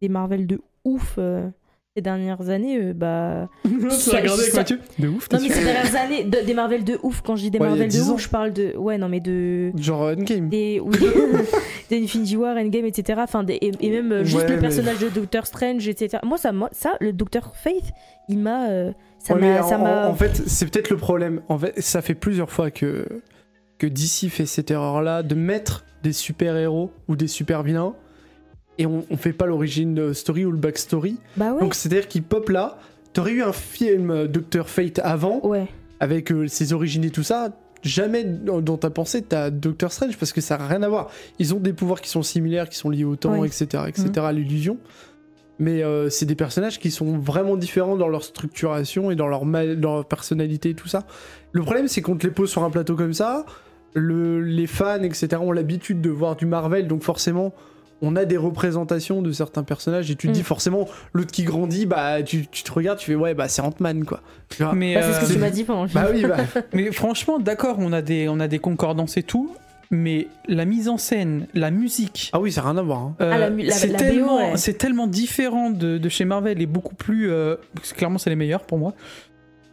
Speaker 3: des Marvel de ouf euh, ces dernières années, euh, bah.
Speaker 2: Tu l'as regardé avec
Speaker 3: ça-
Speaker 2: Mathieu De ouf,
Speaker 3: Non, mais ces dernières années, de- des Marvel de ouf, quand je dis des
Speaker 1: Ouais, il y a
Speaker 3: Marvel de
Speaker 1: 10 ans.
Speaker 3: ouf, je parle de. Ouais, non, mais de.
Speaker 1: Genre Endgame.
Speaker 3: Des,
Speaker 1: [laughs]
Speaker 3: oui, des Infinity War, Endgame, etc. Enfin, des- et, et même euh, juste
Speaker 1: Ouais,
Speaker 3: le
Speaker 1: mais-
Speaker 3: personnage de Doctor Strange, etc. Moi, ça, moi, ça le Doctor Faith, il m'a. euh, ça
Speaker 1: Ouais, mais
Speaker 3: m'a.
Speaker 1: en,
Speaker 3: ça m'a-
Speaker 1: en- en fait, c'est peut-être le problème. En fait, ça fait plusieurs fois que, que DC fait cette erreur-là de mettre des super-héros ou des super-vilains et on, on fait pas l'origine story ou le backstory.
Speaker 3: Bah ouais.
Speaker 1: Donc, c'est-à-dire qu'ils pop là. T'aurais eu un film euh, Doctor Fate avant,
Speaker 3: ouais.
Speaker 1: avec euh, ses origines et tout ça. Jamais dans dans ta pensée, t'as Doctor Strange parce que ça n'a rien à voir. Ils ont des pouvoirs qui sont similaires, qui sont liés au temps,
Speaker 3: Ouais. Mhm.
Speaker 1: etc., etc., l'illusion. Mais euh, c'est des personnages qui sont vraiment différents dans leur structuration et dans leur, ma- dans leur personnalité et tout ça. Le problème, c'est qu'on te les pose sur un plateau comme ça. le- les fans, etc., ont l'habitude de voir du Marvel, donc forcément, on a des représentations de certains personnages. Et tu te
Speaker 3: Mm.
Speaker 1: dis forcément, l'autre qui grandit, bah, tu, tu te regardes, tu fais ouais, bah, c'est Ant-Man,
Speaker 3: [laughs]
Speaker 1: quoi. Tu vois
Speaker 2: Mais,
Speaker 3: Bah, c'est ce que
Speaker 2: euh,
Speaker 3: tu m'as dit pendant le film.
Speaker 1: bah oui, bah.
Speaker 2: Mais franchement, d'accord, on a des on a des concordances et tout, mais la mise en scène, la musique,
Speaker 1: Ah oui, ça n'a rien à voir. hein.
Speaker 2: euh,
Speaker 3: Ah, la mu- la-
Speaker 2: c'est
Speaker 3: la BO,
Speaker 2: tellement
Speaker 3: ouais.
Speaker 2: c'est tellement différent de, de chez Marvel et beaucoup plus euh, parce que clairement c'est les meilleurs pour moi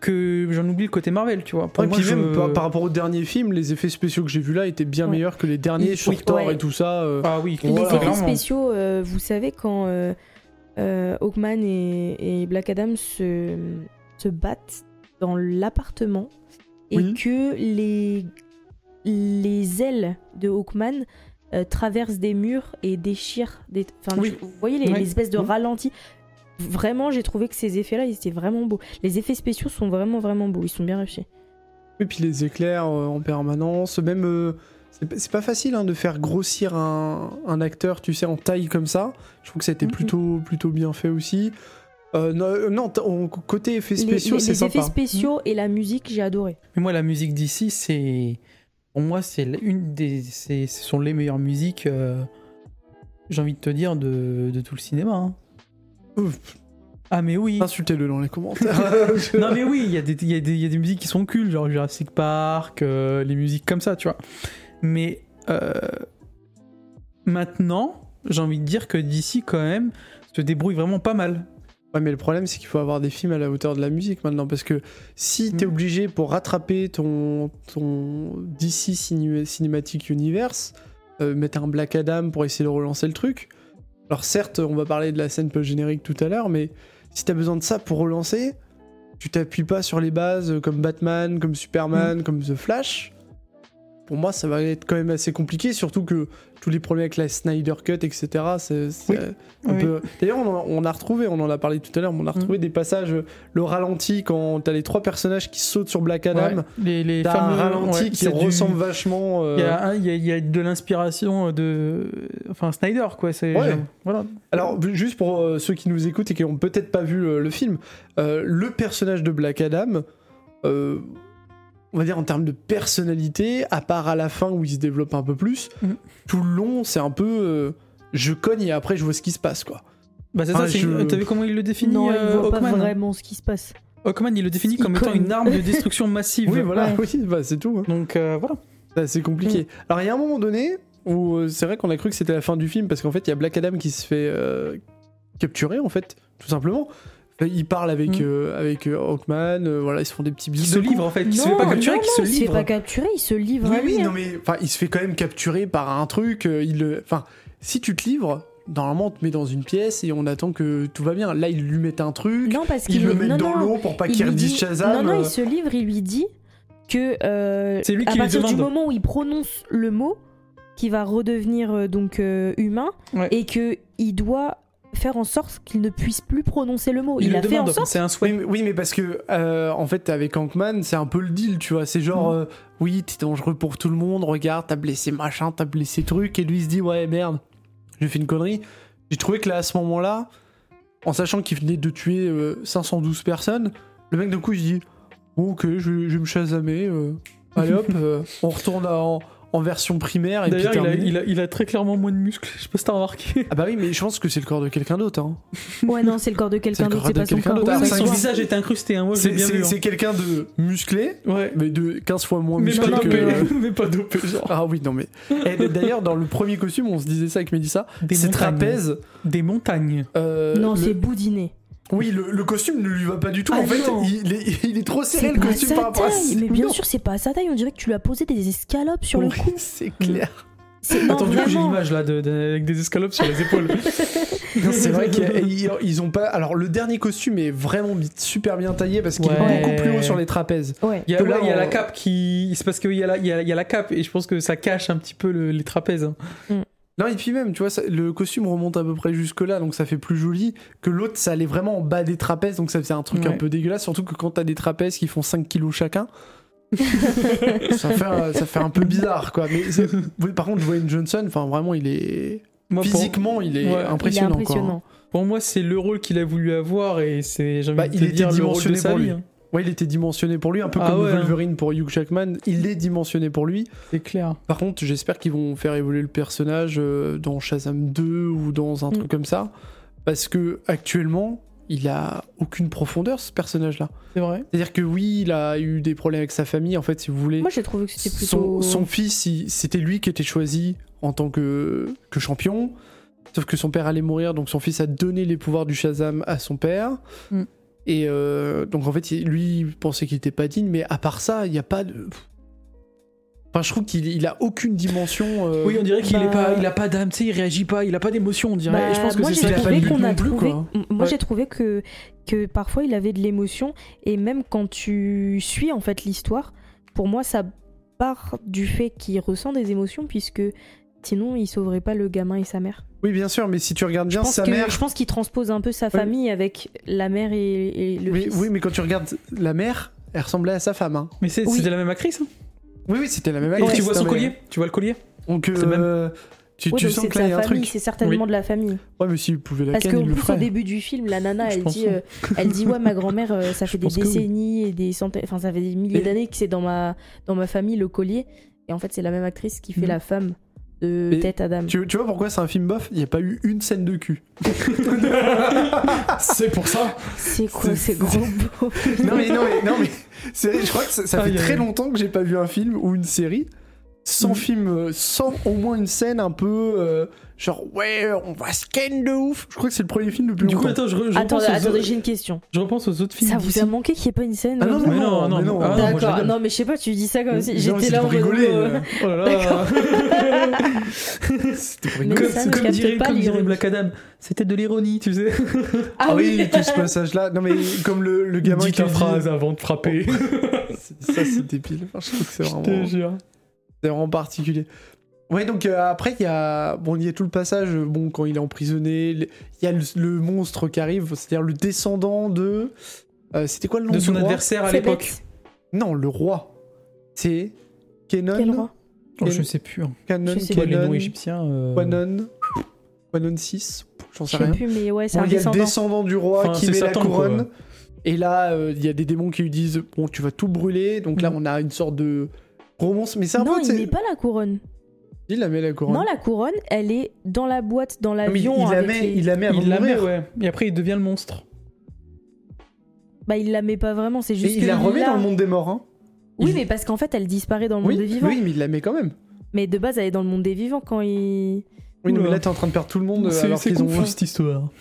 Speaker 2: que j'en oublie le côté Marvel, tu vois. Pour
Speaker 1: Ouais,
Speaker 2: moi,
Speaker 1: puis
Speaker 2: je-
Speaker 1: même par, par rapport au dernier film, les effets spéciaux que j'ai vus là étaient bien
Speaker 3: Ouais.
Speaker 1: meilleurs que les derniers
Speaker 2: Oui,
Speaker 1: sur
Speaker 2: oui.
Speaker 1: Thor
Speaker 3: Ouais.
Speaker 1: et tout ça. euh.
Speaker 2: ah oui,
Speaker 3: Les
Speaker 1: Voilà.
Speaker 3: effets
Speaker 2: clairement.
Speaker 3: spéciaux, euh, vous savez, quand euh, euh, Hawkman et, et Black Adam se, se battent dans l'appartement et
Speaker 1: Oui.
Speaker 3: que les, les ailes de Hawkman euh, traversent des murs et déchirent. Des, enfin,
Speaker 2: Oui.
Speaker 3: tu- vous voyez les,
Speaker 2: Ouais.
Speaker 3: les espèces de
Speaker 2: Oui.
Speaker 3: ralentis. Vraiment, j'ai trouvé que ces effets-là, ils étaient vraiment beaux. Les effets spéciaux sont vraiment, vraiment beaux. Ils sont bien réussis.
Speaker 1: Et puis les éclairs euh, en permanence. Même. euh, c'est pas- c'est pas facile hein, de faire grossir un, un acteur, tu sais, en taille comme ça. Je trouve que ça a été
Speaker 3: Mhm.
Speaker 1: plutôt, plutôt bien fait aussi. Euh, non, euh, non, t- on- côté effets
Speaker 3: Les,
Speaker 1: spéciaux,
Speaker 3: les-
Speaker 1: c'est
Speaker 3: les
Speaker 1: sympa.
Speaker 3: effets
Speaker 2: Hmm.
Speaker 3: spéciaux et la musique, j'ai adoré.
Speaker 2: Mais moi, la musique d'ici, c'est pour moi c'est la- une des c'est ce sont les meilleures musiques. euh, J'ai envie de te dire de, de tout le cinéma. hein.
Speaker 1: Ouf,
Speaker 2: Ah mais oui.
Speaker 1: Insultez-le dans les commentaires. [laughs]
Speaker 2: non mais oui, il y, a des- il y a des- il y a des musiques qui sont cool, genre Jurassic Park, euh, les musiques comme ça, tu vois. Mais euh, maintenant, j'ai envie de dire que DC quand même se débrouille vraiment pas mal.
Speaker 1: Ouais, mais le problème, c'est qu'il faut avoir des films à la hauteur de la musique maintenant. Parce que si t'es
Speaker 2: Mm.
Speaker 1: obligé pour rattraper ton, ton DC Cine- Cinematic Universe, euh, mettre un Black Adam pour essayer de relancer le truc. Alors, certes, on va parler de la scène post-générique tout à l'heure, mais si t'as besoin de ça pour relancer, tu t'appuies pas sur les bases euh, comme Batman, comme Superman, comme The Flash. Pour moi, ça va être quand même assez compliqué, surtout que tous les problèmes avec la Snyder Cut, etc., c'est. c'est-
Speaker 2: Oui.
Speaker 1: on
Speaker 2: Oui. Mm.
Speaker 1: peut- D'ailleurs, on, en- on a retrouvé, on en a parlé tout à l'heure, mais on a retrouvé des passages, euh, le ralenti quand t'as les trois personnages qui sautent sur Black Adam,
Speaker 2: Ouais, les, les
Speaker 1: t'as un
Speaker 2: fameux-
Speaker 1: ralenti
Speaker 2: ouais,
Speaker 1: qui
Speaker 2: c'est du-
Speaker 1: ressemble vachement. euh,
Speaker 2: Il y, a un- il y a- il y a de l'inspiration euh, de, enfin Snyder quoi. C'est
Speaker 1: Ouais.
Speaker 2: genre- voilà.
Speaker 1: Alors, bu- juste pour euh, ceux qui nous écoutent et qui ont peut-être pas vu euh, le film, euh, le personnage de Black Adam, euh, on va dire en termes de personnalité, à part à la fin où il se développe un peu plus,
Speaker 2: Mhm.
Speaker 1: tout le long, c'est un peu. euh, je cogne et après je vois ce qui se passe, quoi.
Speaker 2: Bah c'est
Speaker 1: Ah,
Speaker 2: ça. c'est-
Speaker 1: je-
Speaker 2: T'as vu comment il le définit
Speaker 3: non,
Speaker 2: euh,
Speaker 3: il voit pas
Speaker 2: Hawkman
Speaker 3: vraiment ce qui se passe.
Speaker 2: Hawkman, il le définit
Speaker 3: Il
Speaker 2: comme étant
Speaker 3: cogne.
Speaker 2: une arme
Speaker 3: [laughs]
Speaker 2: de destruction massive.
Speaker 1: Oui, voilà,
Speaker 3: Ouais.
Speaker 1: [laughs] oui, bah, c'est tout. hein.
Speaker 2: Donc euh, voilà.
Speaker 1: C'est assez
Speaker 3: Mm.
Speaker 1: compliqué. Alors, il y a un moment donné où euh, c'est vrai qu'on a cru que c'était la fin du film parce qu'en fait, il y a Black Adam qui se fait euh, capturer, en fait, tout simplement. il parle avec,
Speaker 2: Mm.
Speaker 1: euh, avec euh, Hawkman, euh, voilà, ils se font des petits
Speaker 2: Qui
Speaker 1: bisous.
Speaker 2: se
Speaker 1: de coups.
Speaker 2: livre en fait, qui se fait pas
Speaker 3: Non,
Speaker 2: capturer,
Speaker 3: non,
Speaker 2: qui
Speaker 3: non,
Speaker 2: se
Speaker 3: Il se fait
Speaker 2: livre.
Speaker 3: pas capturer, il se livre
Speaker 1: Oui,
Speaker 3: à lui.
Speaker 1: oui,
Speaker 3: hein.
Speaker 1: non mais enfin, il se fait quand même capturer par un truc. euh, il, le- enfin, si tu te livres, normalement, on te met dans une pièce et on attend que tout va bien. Là, ils lui mettent un truc.
Speaker 3: Non, parce
Speaker 1: Ils
Speaker 3: qu'il
Speaker 1: le mettent
Speaker 3: non,
Speaker 1: dans
Speaker 3: non,
Speaker 1: l'eau pour pas
Speaker 3: il
Speaker 1: qu'il
Speaker 3: lui
Speaker 1: redise
Speaker 3: dit-
Speaker 1: Shazam.
Speaker 3: Non, non,
Speaker 1: euh,
Speaker 3: il se livre, il lui dit que euh,
Speaker 2: C'est lui
Speaker 3: à
Speaker 2: qui lui
Speaker 3: partir du
Speaker 2: demande.
Speaker 3: moment où il prononce le mot, qu'il va redevenir euh, donc euh, humain
Speaker 2: Ouais.
Speaker 3: et que il doit faire en sorte qu'il ne puisse plus prononcer le mot. Il,
Speaker 2: le
Speaker 3: a fait en
Speaker 2: demande,
Speaker 3: sorte.
Speaker 2: c'est un souhait.
Speaker 1: Oui, mais- oui, mais parce que euh, en fait, avec Hankman, c'est un peu le deal, tu vois. C'est genre, euh, oui, t'es dangereux pour tout le monde. Regarde, t'as blessé machin, t'as blessé truc. Et lui, il se dit, ouais, merde, j'ai fait une connerie. J'ai trouvé que là, à ce moment-là, en sachant qu'il venait de tuer euh, 512 personnes, le mec, d'un coup, il se dit, bon, ok, je, vais- je vais me chasamer. euh, allez hop, euh, on retourne en, en version primaire. Et puis
Speaker 2: D'ailleurs, il a,
Speaker 1: terminé.
Speaker 2: il a- il a très clairement moins de muscles. Je sais pas si t'as remarqué.
Speaker 1: Ah bah oui, mais je pense que c'est le corps de quelqu'un d'autre. hein.
Speaker 3: Ouais, non, c'est le corps de
Speaker 1: C'est
Speaker 3: quelqu'un
Speaker 1: le
Speaker 3: d'autre,
Speaker 1: corps
Speaker 3: c'est
Speaker 1: de
Speaker 3: pas son
Speaker 1: quelqu'un
Speaker 3: corps.
Speaker 1: d'autre.
Speaker 3: Oui,
Speaker 1: Ah,
Speaker 3: oui,
Speaker 1: ça
Speaker 3: c'est
Speaker 2: Son
Speaker 1: existe.
Speaker 3: vrai.
Speaker 2: visage est incrusté, hein, moi je l'ai
Speaker 1: C'est
Speaker 2: bien
Speaker 1: c'est-
Speaker 2: vu. hein.
Speaker 1: c'est quelqu'un de musclé,
Speaker 2: Ouais.
Speaker 1: mais de 15 fois moins
Speaker 2: Mais
Speaker 1: musclé
Speaker 2: pas
Speaker 1: que.
Speaker 2: dopé, [laughs] mais pas dopé, genre.
Speaker 1: Ah oui, non mais. Et d- d'ailleurs, dans le premier costume, on se disait ça avec Mélissa,
Speaker 2: Des
Speaker 1: c'est
Speaker 2: montagnes.
Speaker 1: trapèze.
Speaker 2: Des montagnes.
Speaker 1: euh,
Speaker 3: Non,
Speaker 1: le-
Speaker 3: c'est boudiné.
Speaker 1: Oui, le, le costume ne lui va pas du tout.
Speaker 3: Ah
Speaker 1: en fait,
Speaker 3: non.
Speaker 1: il est, il est trop serré
Speaker 3: C'est
Speaker 1: le
Speaker 3: pas
Speaker 1: costume par
Speaker 3: sa
Speaker 1: rapport à
Speaker 3: taille. Mais bien
Speaker 1: Non.
Speaker 3: sûr, c'est pas à sa taille. On dirait que tu lui as posé des escalopes sur le
Speaker 1: Oui,
Speaker 3: cou.
Speaker 1: C'est clair.
Speaker 3: C'est- non,
Speaker 2: Attends, du coup, j'ai
Speaker 3: vraiment.
Speaker 2: l'image là de- de- avec des escalopes sur
Speaker 1: [laughs]
Speaker 2: les épaules.
Speaker 1: Non, c'est vrai [laughs] qu'ils ils ont pas. Alors, le dernier costume est vraiment bi- super bien taillé parce qu'il
Speaker 2: Ouais.
Speaker 1: est beaucoup plus haut sur les trapèzes.
Speaker 3: Ouais.
Speaker 2: Il y a,
Speaker 1: Que là,
Speaker 2: ouais, il y a
Speaker 1: on-
Speaker 2: la cape qui. C'est parce qu'il y, a la- il y a il y a la cape et je pense que ça cache un petit peu le- les trapèzes. hein.
Speaker 1: Non, et puis même, tu vois, ça- le costume remonte à peu près jusque-là, donc ça fait plus joli que l'autre, ça allait vraiment en bas des trapèzes, donc ça faisait un truc
Speaker 2: Ouais.
Speaker 1: un peu dégueulasse, surtout que quand t'as des trapèzes qui font 5 kilos
Speaker 2: [laughs]
Speaker 1: chacun, ça, fait, euh, ça fait un peu bizarre, quoi. Mais c'est- oui, par contre, Dwayne Johnson, enfin vraiment, il est.
Speaker 2: Moi, pour-
Speaker 1: Physiquement, il est
Speaker 2: Ouais. Il est
Speaker 3: Il est
Speaker 1: impressionnant. quoi.
Speaker 3: impressionnant.
Speaker 2: Pour moi, c'est le rôle qu'il a voulu avoir et c'est j'ai envie
Speaker 1: Bah,
Speaker 2: de
Speaker 1: il
Speaker 2: te
Speaker 1: était
Speaker 2: dire le rôle de
Speaker 1: dimensionné
Speaker 2: sa
Speaker 1: pour
Speaker 2: vie.
Speaker 1: lui.
Speaker 2: hein.
Speaker 1: Ouais, il était dimensionné pour lui, un peu
Speaker 2: Ah
Speaker 1: comme
Speaker 2: ouais, hein.
Speaker 1: Wolverine pour Hugh Jackman. Il est dimensionné pour lui.
Speaker 2: C'est clair.
Speaker 1: Par contre, j'espère qu'ils vont faire évoluer le personnage euh, dans Shazam 2 ou dans un
Speaker 3: Mm.
Speaker 1: truc comme ça, parce que actuellement, il a aucune profondeur ce personnage-là.
Speaker 2: C'est vrai.
Speaker 1: C'est-à-dire que oui, il a eu des problèmes avec sa famille, en fait, si vous voulez.
Speaker 3: Moi, j'ai trouvé que c'était
Speaker 1: son,
Speaker 3: plutôt.
Speaker 1: son fils, il- c'était lui qui était choisi en tant que, que champion. Sauf que son père allait mourir, donc son fils a donné les pouvoirs du Shazam à son père.
Speaker 2: Mm.
Speaker 1: Et euh, donc en fait, il- lui, il pensait qu'il était pas digne, mais à part ça, il n'y a pas de. Enfin, je trouve qu'il il a aucune dimension. euh,
Speaker 2: Oui, on dirait qu'il
Speaker 3: Bah-
Speaker 2: est pas, il a pas d'âme, tu sais, il réagit pas, il a pas d'émotion, on dirait.
Speaker 3: Bah,
Speaker 2: et je pense que
Speaker 3: moi,
Speaker 2: c'est
Speaker 3: j'ai
Speaker 2: ça qui
Speaker 3: trouvé
Speaker 2: fait
Speaker 3: qu'on a
Speaker 1: plus,
Speaker 3: trouvé-
Speaker 1: quoi.
Speaker 3: M- Moi,
Speaker 2: Ouais.
Speaker 3: j'ai trouvé que, que parfois il avait de l'émotion et même quand tu suis en fait l'histoire, pour moi, ça part du fait qu'il ressent des émotions puisque sinon il sauverait pas le gamin et sa mère.
Speaker 1: Oui, bien sûr, mais si tu regardes bien
Speaker 3: je pense
Speaker 1: sa
Speaker 3: que-
Speaker 1: mère.
Speaker 3: je pense qu'il transpose un peu sa famille avec la mère et, et le
Speaker 1: Oui,
Speaker 3: fils.
Speaker 1: oui, mais quand tu regardes la mère, elle ressemblait à sa femme. hein.
Speaker 2: Mais c'est-
Speaker 3: Oui.
Speaker 2: c'était la même actrice. hein.
Speaker 1: Oui, oui, c'était la même
Speaker 2: Et
Speaker 1: actrice,
Speaker 2: tu vois son
Speaker 1: hein, mais-
Speaker 2: collier Tu vois le collier
Speaker 1: Donc,
Speaker 2: C'est même-
Speaker 1: euh, tu,
Speaker 3: Ouais,
Speaker 1: tu
Speaker 3: donc
Speaker 1: sens
Speaker 3: c'est de
Speaker 1: que là, il y a
Speaker 3: sa
Speaker 1: un
Speaker 3: famille,
Speaker 1: truc.
Speaker 3: c'est certainement
Speaker 2: Oui.
Speaker 3: de la famille.
Speaker 1: Ouais, mais s'il pouvait la
Speaker 3: Parce
Speaker 1: canne,
Speaker 3: qu'au
Speaker 1: il le
Speaker 3: plus, au
Speaker 1: ferait.
Speaker 3: début du film, la nana,
Speaker 2: Je
Speaker 3: elle
Speaker 2: pense,
Speaker 3: dit,
Speaker 2: oui.
Speaker 3: euh, elle dit ouais, ma grand-mère,
Speaker 1: [laughs]
Speaker 3: euh, ça fait des
Speaker 2: pense que oui.
Speaker 3: décennies et des centaines, enfin ça fait des milliers
Speaker 1: Et-
Speaker 3: d'années que c'est dans ma dans ma famille le collier. Et en fait, c'est la même actrice qui fait
Speaker 2: Mhm.
Speaker 3: la femme de
Speaker 1: Mais
Speaker 3: Tête Adam.
Speaker 1: Mm. Tu, tu vois pourquoi c'est un film bof Il n'y a pas eu une scène de cul.
Speaker 2: Ah, C'est pour ça.
Speaker 3: C'est quoi
Speaker 1: c'est-
Speaker 3: ces gros beaux
Speaker 1: Non mais non mais non mais c'est- je crois que ça, ça fait
Speaker 2: Aïe, aïe.
Speaker 1: très longtemps que j'ai pas vu un film ou une série sans
Speaker 2: Mm.
Speaker 1: film, euh, sans au moins une scène un peu euh, genre ouais on va scan de ouf. Je crois que c'est le premier film le plus
Speaker 2: Du coup,
Speaker 1: longtemps.
Speaker 2: attends, je, re- je repense,
Speaker 3: Attendez,
Speaker 2: aux
Speaker 3: attendez,
Speaker 2: autres-
Speaker 3: j'ai une question.
Speaker 2: je repense aux autres films.
Speaker 3: Ça vous
Speaker 2: d'ici.
Speaker 3: a manqué qu'il n'y ait pas une scène
Speaker 1: Ah non, non,
Speaker 3: comme ça
Speaker 2: Mais non,
Speaker 1: non,
Speaker 2: non,
Speaker 1: mais non.
Speaker 2: ah, non, moi, je
Speaker 3: D'accord,
Speaker 2: rigole.
Speaker 3: non mais je sais pas, tu dis ça comme si
Speaker 1: Non,
Speaker 3: j'étais
Speaker 1: c'était
Speaker 3: là en
Speaker 1: pour
Speaker 3: mode,
Speaker 1: rigoler,
Speaker 3: euh,
Speaker 1: euh.
Speaker 2: Oh là là.
Speaker 3: [laughs]
Speaker 1: C'était pour
Speaker 3: Mais
Speaker 1: rigoler.
Speaker 3: ça
Speaker 2: comme
Speaker 3: ne
Speaker 2: comme
Speaker 3: capte
Speaker 2: dirait,
Speaker 3: pas
Speaker 2: comme dirait
Speaker 3: l'ironie.
Speaker 2: Black Adam, c'était de l'ironie, tu sais.
Speaker 3: [laughs] Ah oui.
Speaker 1: tout
Speaker 3: [laughs]
Speaker 1: ce passage là. Non mais comme le, le gamin
Speaker 2: Dis
Speaker 1: qui
Speaker 2: ta
Speaker 1: dit-
Speaker 2: phrase avant de frapper.
Speaker 1: Ça c'est débile. Enfin, je trouve que c'est
Speaker 2: Je
Speaker 1: vraiment.
Speaker 2: te jure.
Speaker 1: C'est vraiment particulier. Ouais, donc euh, après, il y a... Bon, il y a tout le passage, euh, bon, quand il est emprisonné, le- il y a le, le monstre qui arrive, c'est-à-dire le descendant de... euh, C'était quoi le nom
Speaker 2: De
Speaker 1: du
Speaker 2: son
Speaker 1: roi
Speaker 2: adversaire à
Speaker 3: c'est
Speaker 2: l'époque.
Speaker 3: bête.
Speaker 1: Non, le roi. C'est... Kenon
Speaker 3: Quel roi
Speaker 2: Oh, je sais plus. hein.
Speaker 1: Canon,
Speaker 3: Je sais
Speaker 2: Toi, les noms
Speaker 1: Kenon,
Speaker 2: égyptiens. euh,
Speaker 1: Quanon, Quanon 6, j'en
Speaker 3: Je
Speaker 1: sais
Speaker 3: sais
Speaker 1: rien.
Speaker 3: plus, mais ouais, c'est
Speaker 1: Bon,
Speaker 3: un
Speaker 1: il y a le
Speaker 3: descendant.
Speaker 1: descendant du roi
Speaker 2: Enfin,
Speaker 1: qui
Speaker 2: c'est
Speaker 1: met la
Speaker 2: Satan, quoi.
Speaker 1: couronne. Et là, euh, il y a des démons qui lui disent, bon, tu vas tout brûler. Donc là,
Speaker 2: Mm.
Speaker 1: on a une sorte de gros monstre. Mais c'est un
Speaker 3: Non,
Speaker 1: peu...
Speaker 3: il
Speaker 1: c'est-
Speaker 3: met pas la couronne.
Speaker 1: Il la met la couronne.
Speaker 3: Non, la couronne, elle est dans la boîte, dans
Speaker 1: Mais il,
Speaker 3: l'avion.
Speaker 1: la
Speaker 3: avec
Speaker 1: met,
Speaker 3: les-
Speaker 1: il la met avant
Speaker 2: Il
Speaker 1: de
Speaker 2: la met,
Speaker 1: mourir.
Speaker 2: ouais. Et après, il devient le monstre.
Speaker 3: Bah, il la met pas vraiment, c'est
Speaker 1: Mais
Speaker 3: juste
Speaker 1: il
Speaker 3: que
Speaker 1: la remet
Speaker 3: là-
Speaker 1: dans le monde des morts. Hein.
Speaker 3: Oui,
Speaker 1: il-
Speaker 3: mais parce qu'en fait, elle disparaît dans le
Speaker 1: Oui,
Speaker 3: monde des vivants.
Speaker 1: oui, mais il la met quand même.
Speaker 3: Mais de base, elle est dans le monde des vivants quand il.
Speaker 1: Oui, non, mais
Speaker 2: Oula.
Speaker 1: là, t'es en train de perdre tout le monde euh, alors qu'ils ont.
Speaker 2: cette histoire.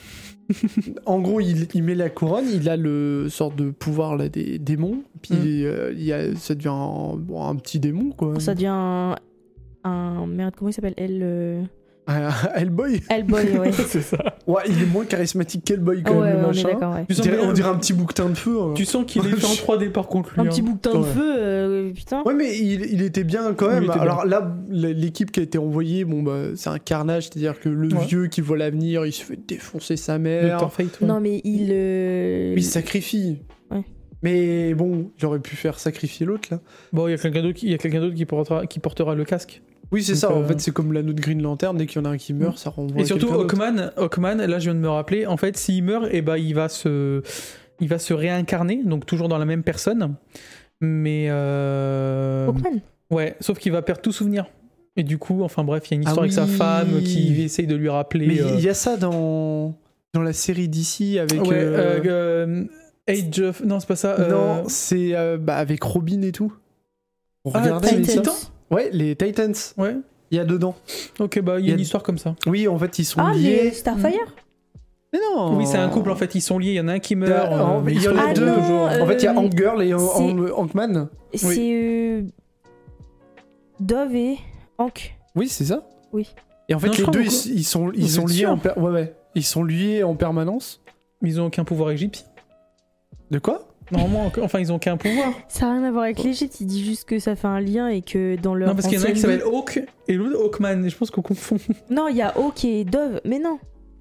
Speaker 1: en gros, il, il met la couronne, il a le sorte de pouvoir là, des démons, puis
Speaker 2: Mm.
Speaker 1: il, euh, il y a, ça devient un, bon, un petit démon, quoi.
Speaker 3: Ça devient un. un- Merde, comment il s'appelle Elle. euh,
Speaker 1: Un- un Hellboy
Speaker 2: [laughs]
Speaker 3: Hellboy, [laughs] ouais.
Speaker 2: c'est ça.
Speaker 1: Ouais, il est moins charismatique qu'Hellboy,
Speaker 3: Ah
Speaker 1: quand
Speaker 3: ouais,
Speaker 1: même,
Speaker 3: ouais,
Speaker 1: le
Speaker 3: on est
Speaker 1: machin.
Speaker 3: d'accord, ouais.
Speaker 2: Tu
Speaker 1: On
Speaker 2: sens,
Speaker 1: dirait,
Speaker 2: bien-
Speaker 1: on dirait un petit bouquetin de feu. hein.
Speaker 2: tu sens qu'il est fait en 3D par contre lui.
Speaker 3: Un
Speaker 2: hein.
Speaker 3: petit bouquetin de
Speaker 1: Ouais.
Speaker 3: feu, euh, putain.
Speaker 1: Ouais, mais il, il était bien quand
Speaker 2: Il
Speaker 1: même.
Speaker 2: était bien.
Speaker 1: Alors là, l- l'équipe qui a été envoyée, bon, bah, c'est un carnage, c'est-à-dire que le
Speaker 2: Ouais.
Speaker 1: vieux qui voit l'avenir, il se fait défoncer sa mère.
Speaker 2: Dr. Fate. ouais.
Speaker 3: Non, mais il. euh,
Speaker 1: Il se sacrifie.
Speaker 3: Ouais.
Speaker 1: Mais bon, j'aurait pu faire sacrifier l'autre là.
Speaker 2: Bon, il y a quelqu'un d'autre qui, il y a quelqu'un d'autre qui portera, qui portera le casque.
Speaker 1: Oui, c'est
Speaker 2: Donc,
Speaker 1: ça. En
Speaker 2: euh,
Speaker 1: fait, c'est comme l'anneau de Green Lantern. Dès qu'il y en a un qui meurt, ça renvoie.
Speaker 2: et surtout euh,
Speaker 1: à quelqu'un d'autre.
Speaker 2: Hawkman, Hawkman, là je viens de me rappeler, en fait s'il meurt, eh ben, il, va se, il va se réincarner, donc toujours dans la même personne. Mais... euh,
Speaker 3: Hawkman
Speaker 2: Ouais, sauf qu'il va perdre tout souvenir. Et du coup, enfin bref, il y a une
Speaker 1: Ah
Speaker 2: histoire avec sa
Speaker 1: oui.
Speaker 2: femme qui essaye de lui rappeler...
Speaker 1: Mais il
Speaker 2: euh,
Speaker 1: il y a ça dans dans la série d'ici avec.
Speaker 2: ouais,
Speaker 1: euh,
Speaker 2: euh, euh, Age of... Non, c'est pas ça. euh,
Speaker 1: Non, c'est euh, bah, avec Robin et tout.
Speaker 2: Ah,
Speaker 1: Regardez, mais
Speaker 2: Titans.
Speaker 1: ça- Ouais, les Titans.
Speaker 2: Ouais,
Speaker 1: Il y a dedans.
Speaker 2: ok, bah il y
Speaker 1: Il y
Speaker 2: a
Speaker 1: a-
Speaker 2: une histoire comme ça.
Speaker 1: Oui, en fait, ils sont
Speaker 3: Ah,
Speaker 1: liés.
Speaker 3: mais Starfire
Speaker 1: Mais non.
Speaker 2: Oui, c'est un couple en fait, ils sont liés, il y en a un qui meurt.
Speaker 1: Ah,
Speaker 2: euh,
Speaker 1: mais
Speaker 2: ils
Speaker 1: il y
Speaker 2: se
Speaker 1: Oh. en a
Speaker 2: retrouvent
Speaker 1: deux.
Speaker 3: non,
Speaker 2: toujours.
Speaker 3: euh,
Speaker 1: En fait, il y a Hawkgirl et
Speaker 3: c'est-
Speaker 1: Hawkman.
Speaker 3: C'est. euh, Dove et Hank.
Speaker 1: Oui, c'est ça.
Speaker 3: Oui.
Speaker 1: Et en fait,
Speaker 2: Non, je
Speaker 1: les
Speaker 2: crois
Speaker 1: deux,
Speaker 2: que-
Speaker 1: ils, ils sont, ils
Speaker 2: Vous
Speaker 1: sont
Speaker 2: êtes
Speaker 1: liés
Speaker 2: sûr
Speaker 1: en per- ouais, ouais. Ils sont liés en permanence.
Speaker 2: Mais ils ont aucun pouvoir égyptien.
Speaker 1: De quoi
Speaker 2: Normalement, enfin, ils ont aucun pouvoir.
Speaker 3: Ça n'a rien à voir avec l'Égypte, il dit juste que ça fait un lien et que dans leur.
Speaker 2: non, parce qu'il y en a un qui
Speaker 3: ancienne
Speaker 2: s'appelle Hawk et l'autre Hawkman. Et Je pense qu'on confond. [laughs]
Speaker 3: vie- Non, il y a Hawk et Dove, mais non.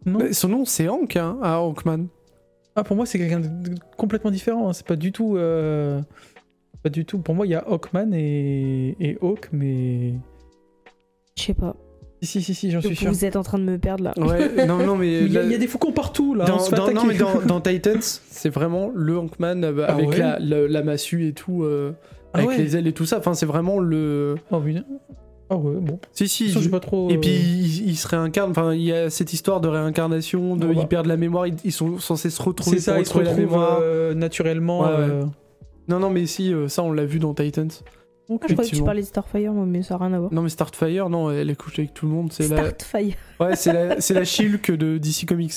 Speaker 2: Non.
Speaker 1: Mais Son nom, c'est Hank, hein, à Hawkman.
Speaker 2: Ah, pour moi, c'est quelqu'un de de complètement différent. hein. C'est pas du tout. euh, Pas du tout. Pour moi, il y a Hawkman et, et Hawk, mais.
Speaker 3: Je sais pas.
Speaker 2: Si, si, si, si, j'en suis sûr.
Speaker 3: Vous êtes en train de me perdre là. Ah,
Speaker 1: Ouais, non, non, mais.
Speaker 2: Mais [laughs] Il y, a-
Speaker 1: là-
Speaker 2: il y a des faucons partout là. on
Speaker 1: dans,
Speaker 2: se fait
Speaker 1: dans- non,
Speaker 2: attaquer.
Speaker 1: mais dans, dans
Speaker 2: [laughs]
Speaker 1: Titans, c'est vraiment le Hankman euh,
Speaker 2: Ah
Speaker 1: avec
Speaker 2: ouais
Speaker 1: la, la, la massue et tout, euh,
Speaker 2: Ah
Speaker 1: avec
Speaker 2: ouais.
Speaker 1: les ailes et tout ça. Enfin, c'est vraiment le.
Speaker 2: Oh, putain. Ah ouais, bon.
Speaker 1: Si,
Speaker 2: De
Speaker 1: si.
Speaker 2: toute façon, j'ai pas trop.
Speaker 1: Et
Speaker 2: euh,
Speaker 1: puis il, il se réincarne, enfin il y a cette histoire de réincarnation, de
Speaker 2: Bon, bah.
Speaker 1: ils perdent la mémoire, ils, ils sont censés se retrouver
Speaker 2: C'est
Speaker 1: pour
Speaker 2: ça, ils se
Speaker 1: retrouver la
Speaker 2: retrouvent
Speaker 1: mémoire.
Speaker 2: euh, naturellement.
Speaker 1: Ouais, ouais.
Speaker 2: euh,
Speaker 1: Non non mais si euh, ça on l'a vu dans Titans.
Speaker 2: ok.
Speaker 3: Ah, je croyais que tu
Speaker 1: Effectivement.
Speaker 3: parlais de Starfire, moi, mais ça n'a rien à voir.
Speaker 1: Non mais Starfire non elle a couché avec tout le monde, c'est la
Speaker 3: Starfire.
Speaker 1: ouais c'est la c'est la Shulk de DC Comics.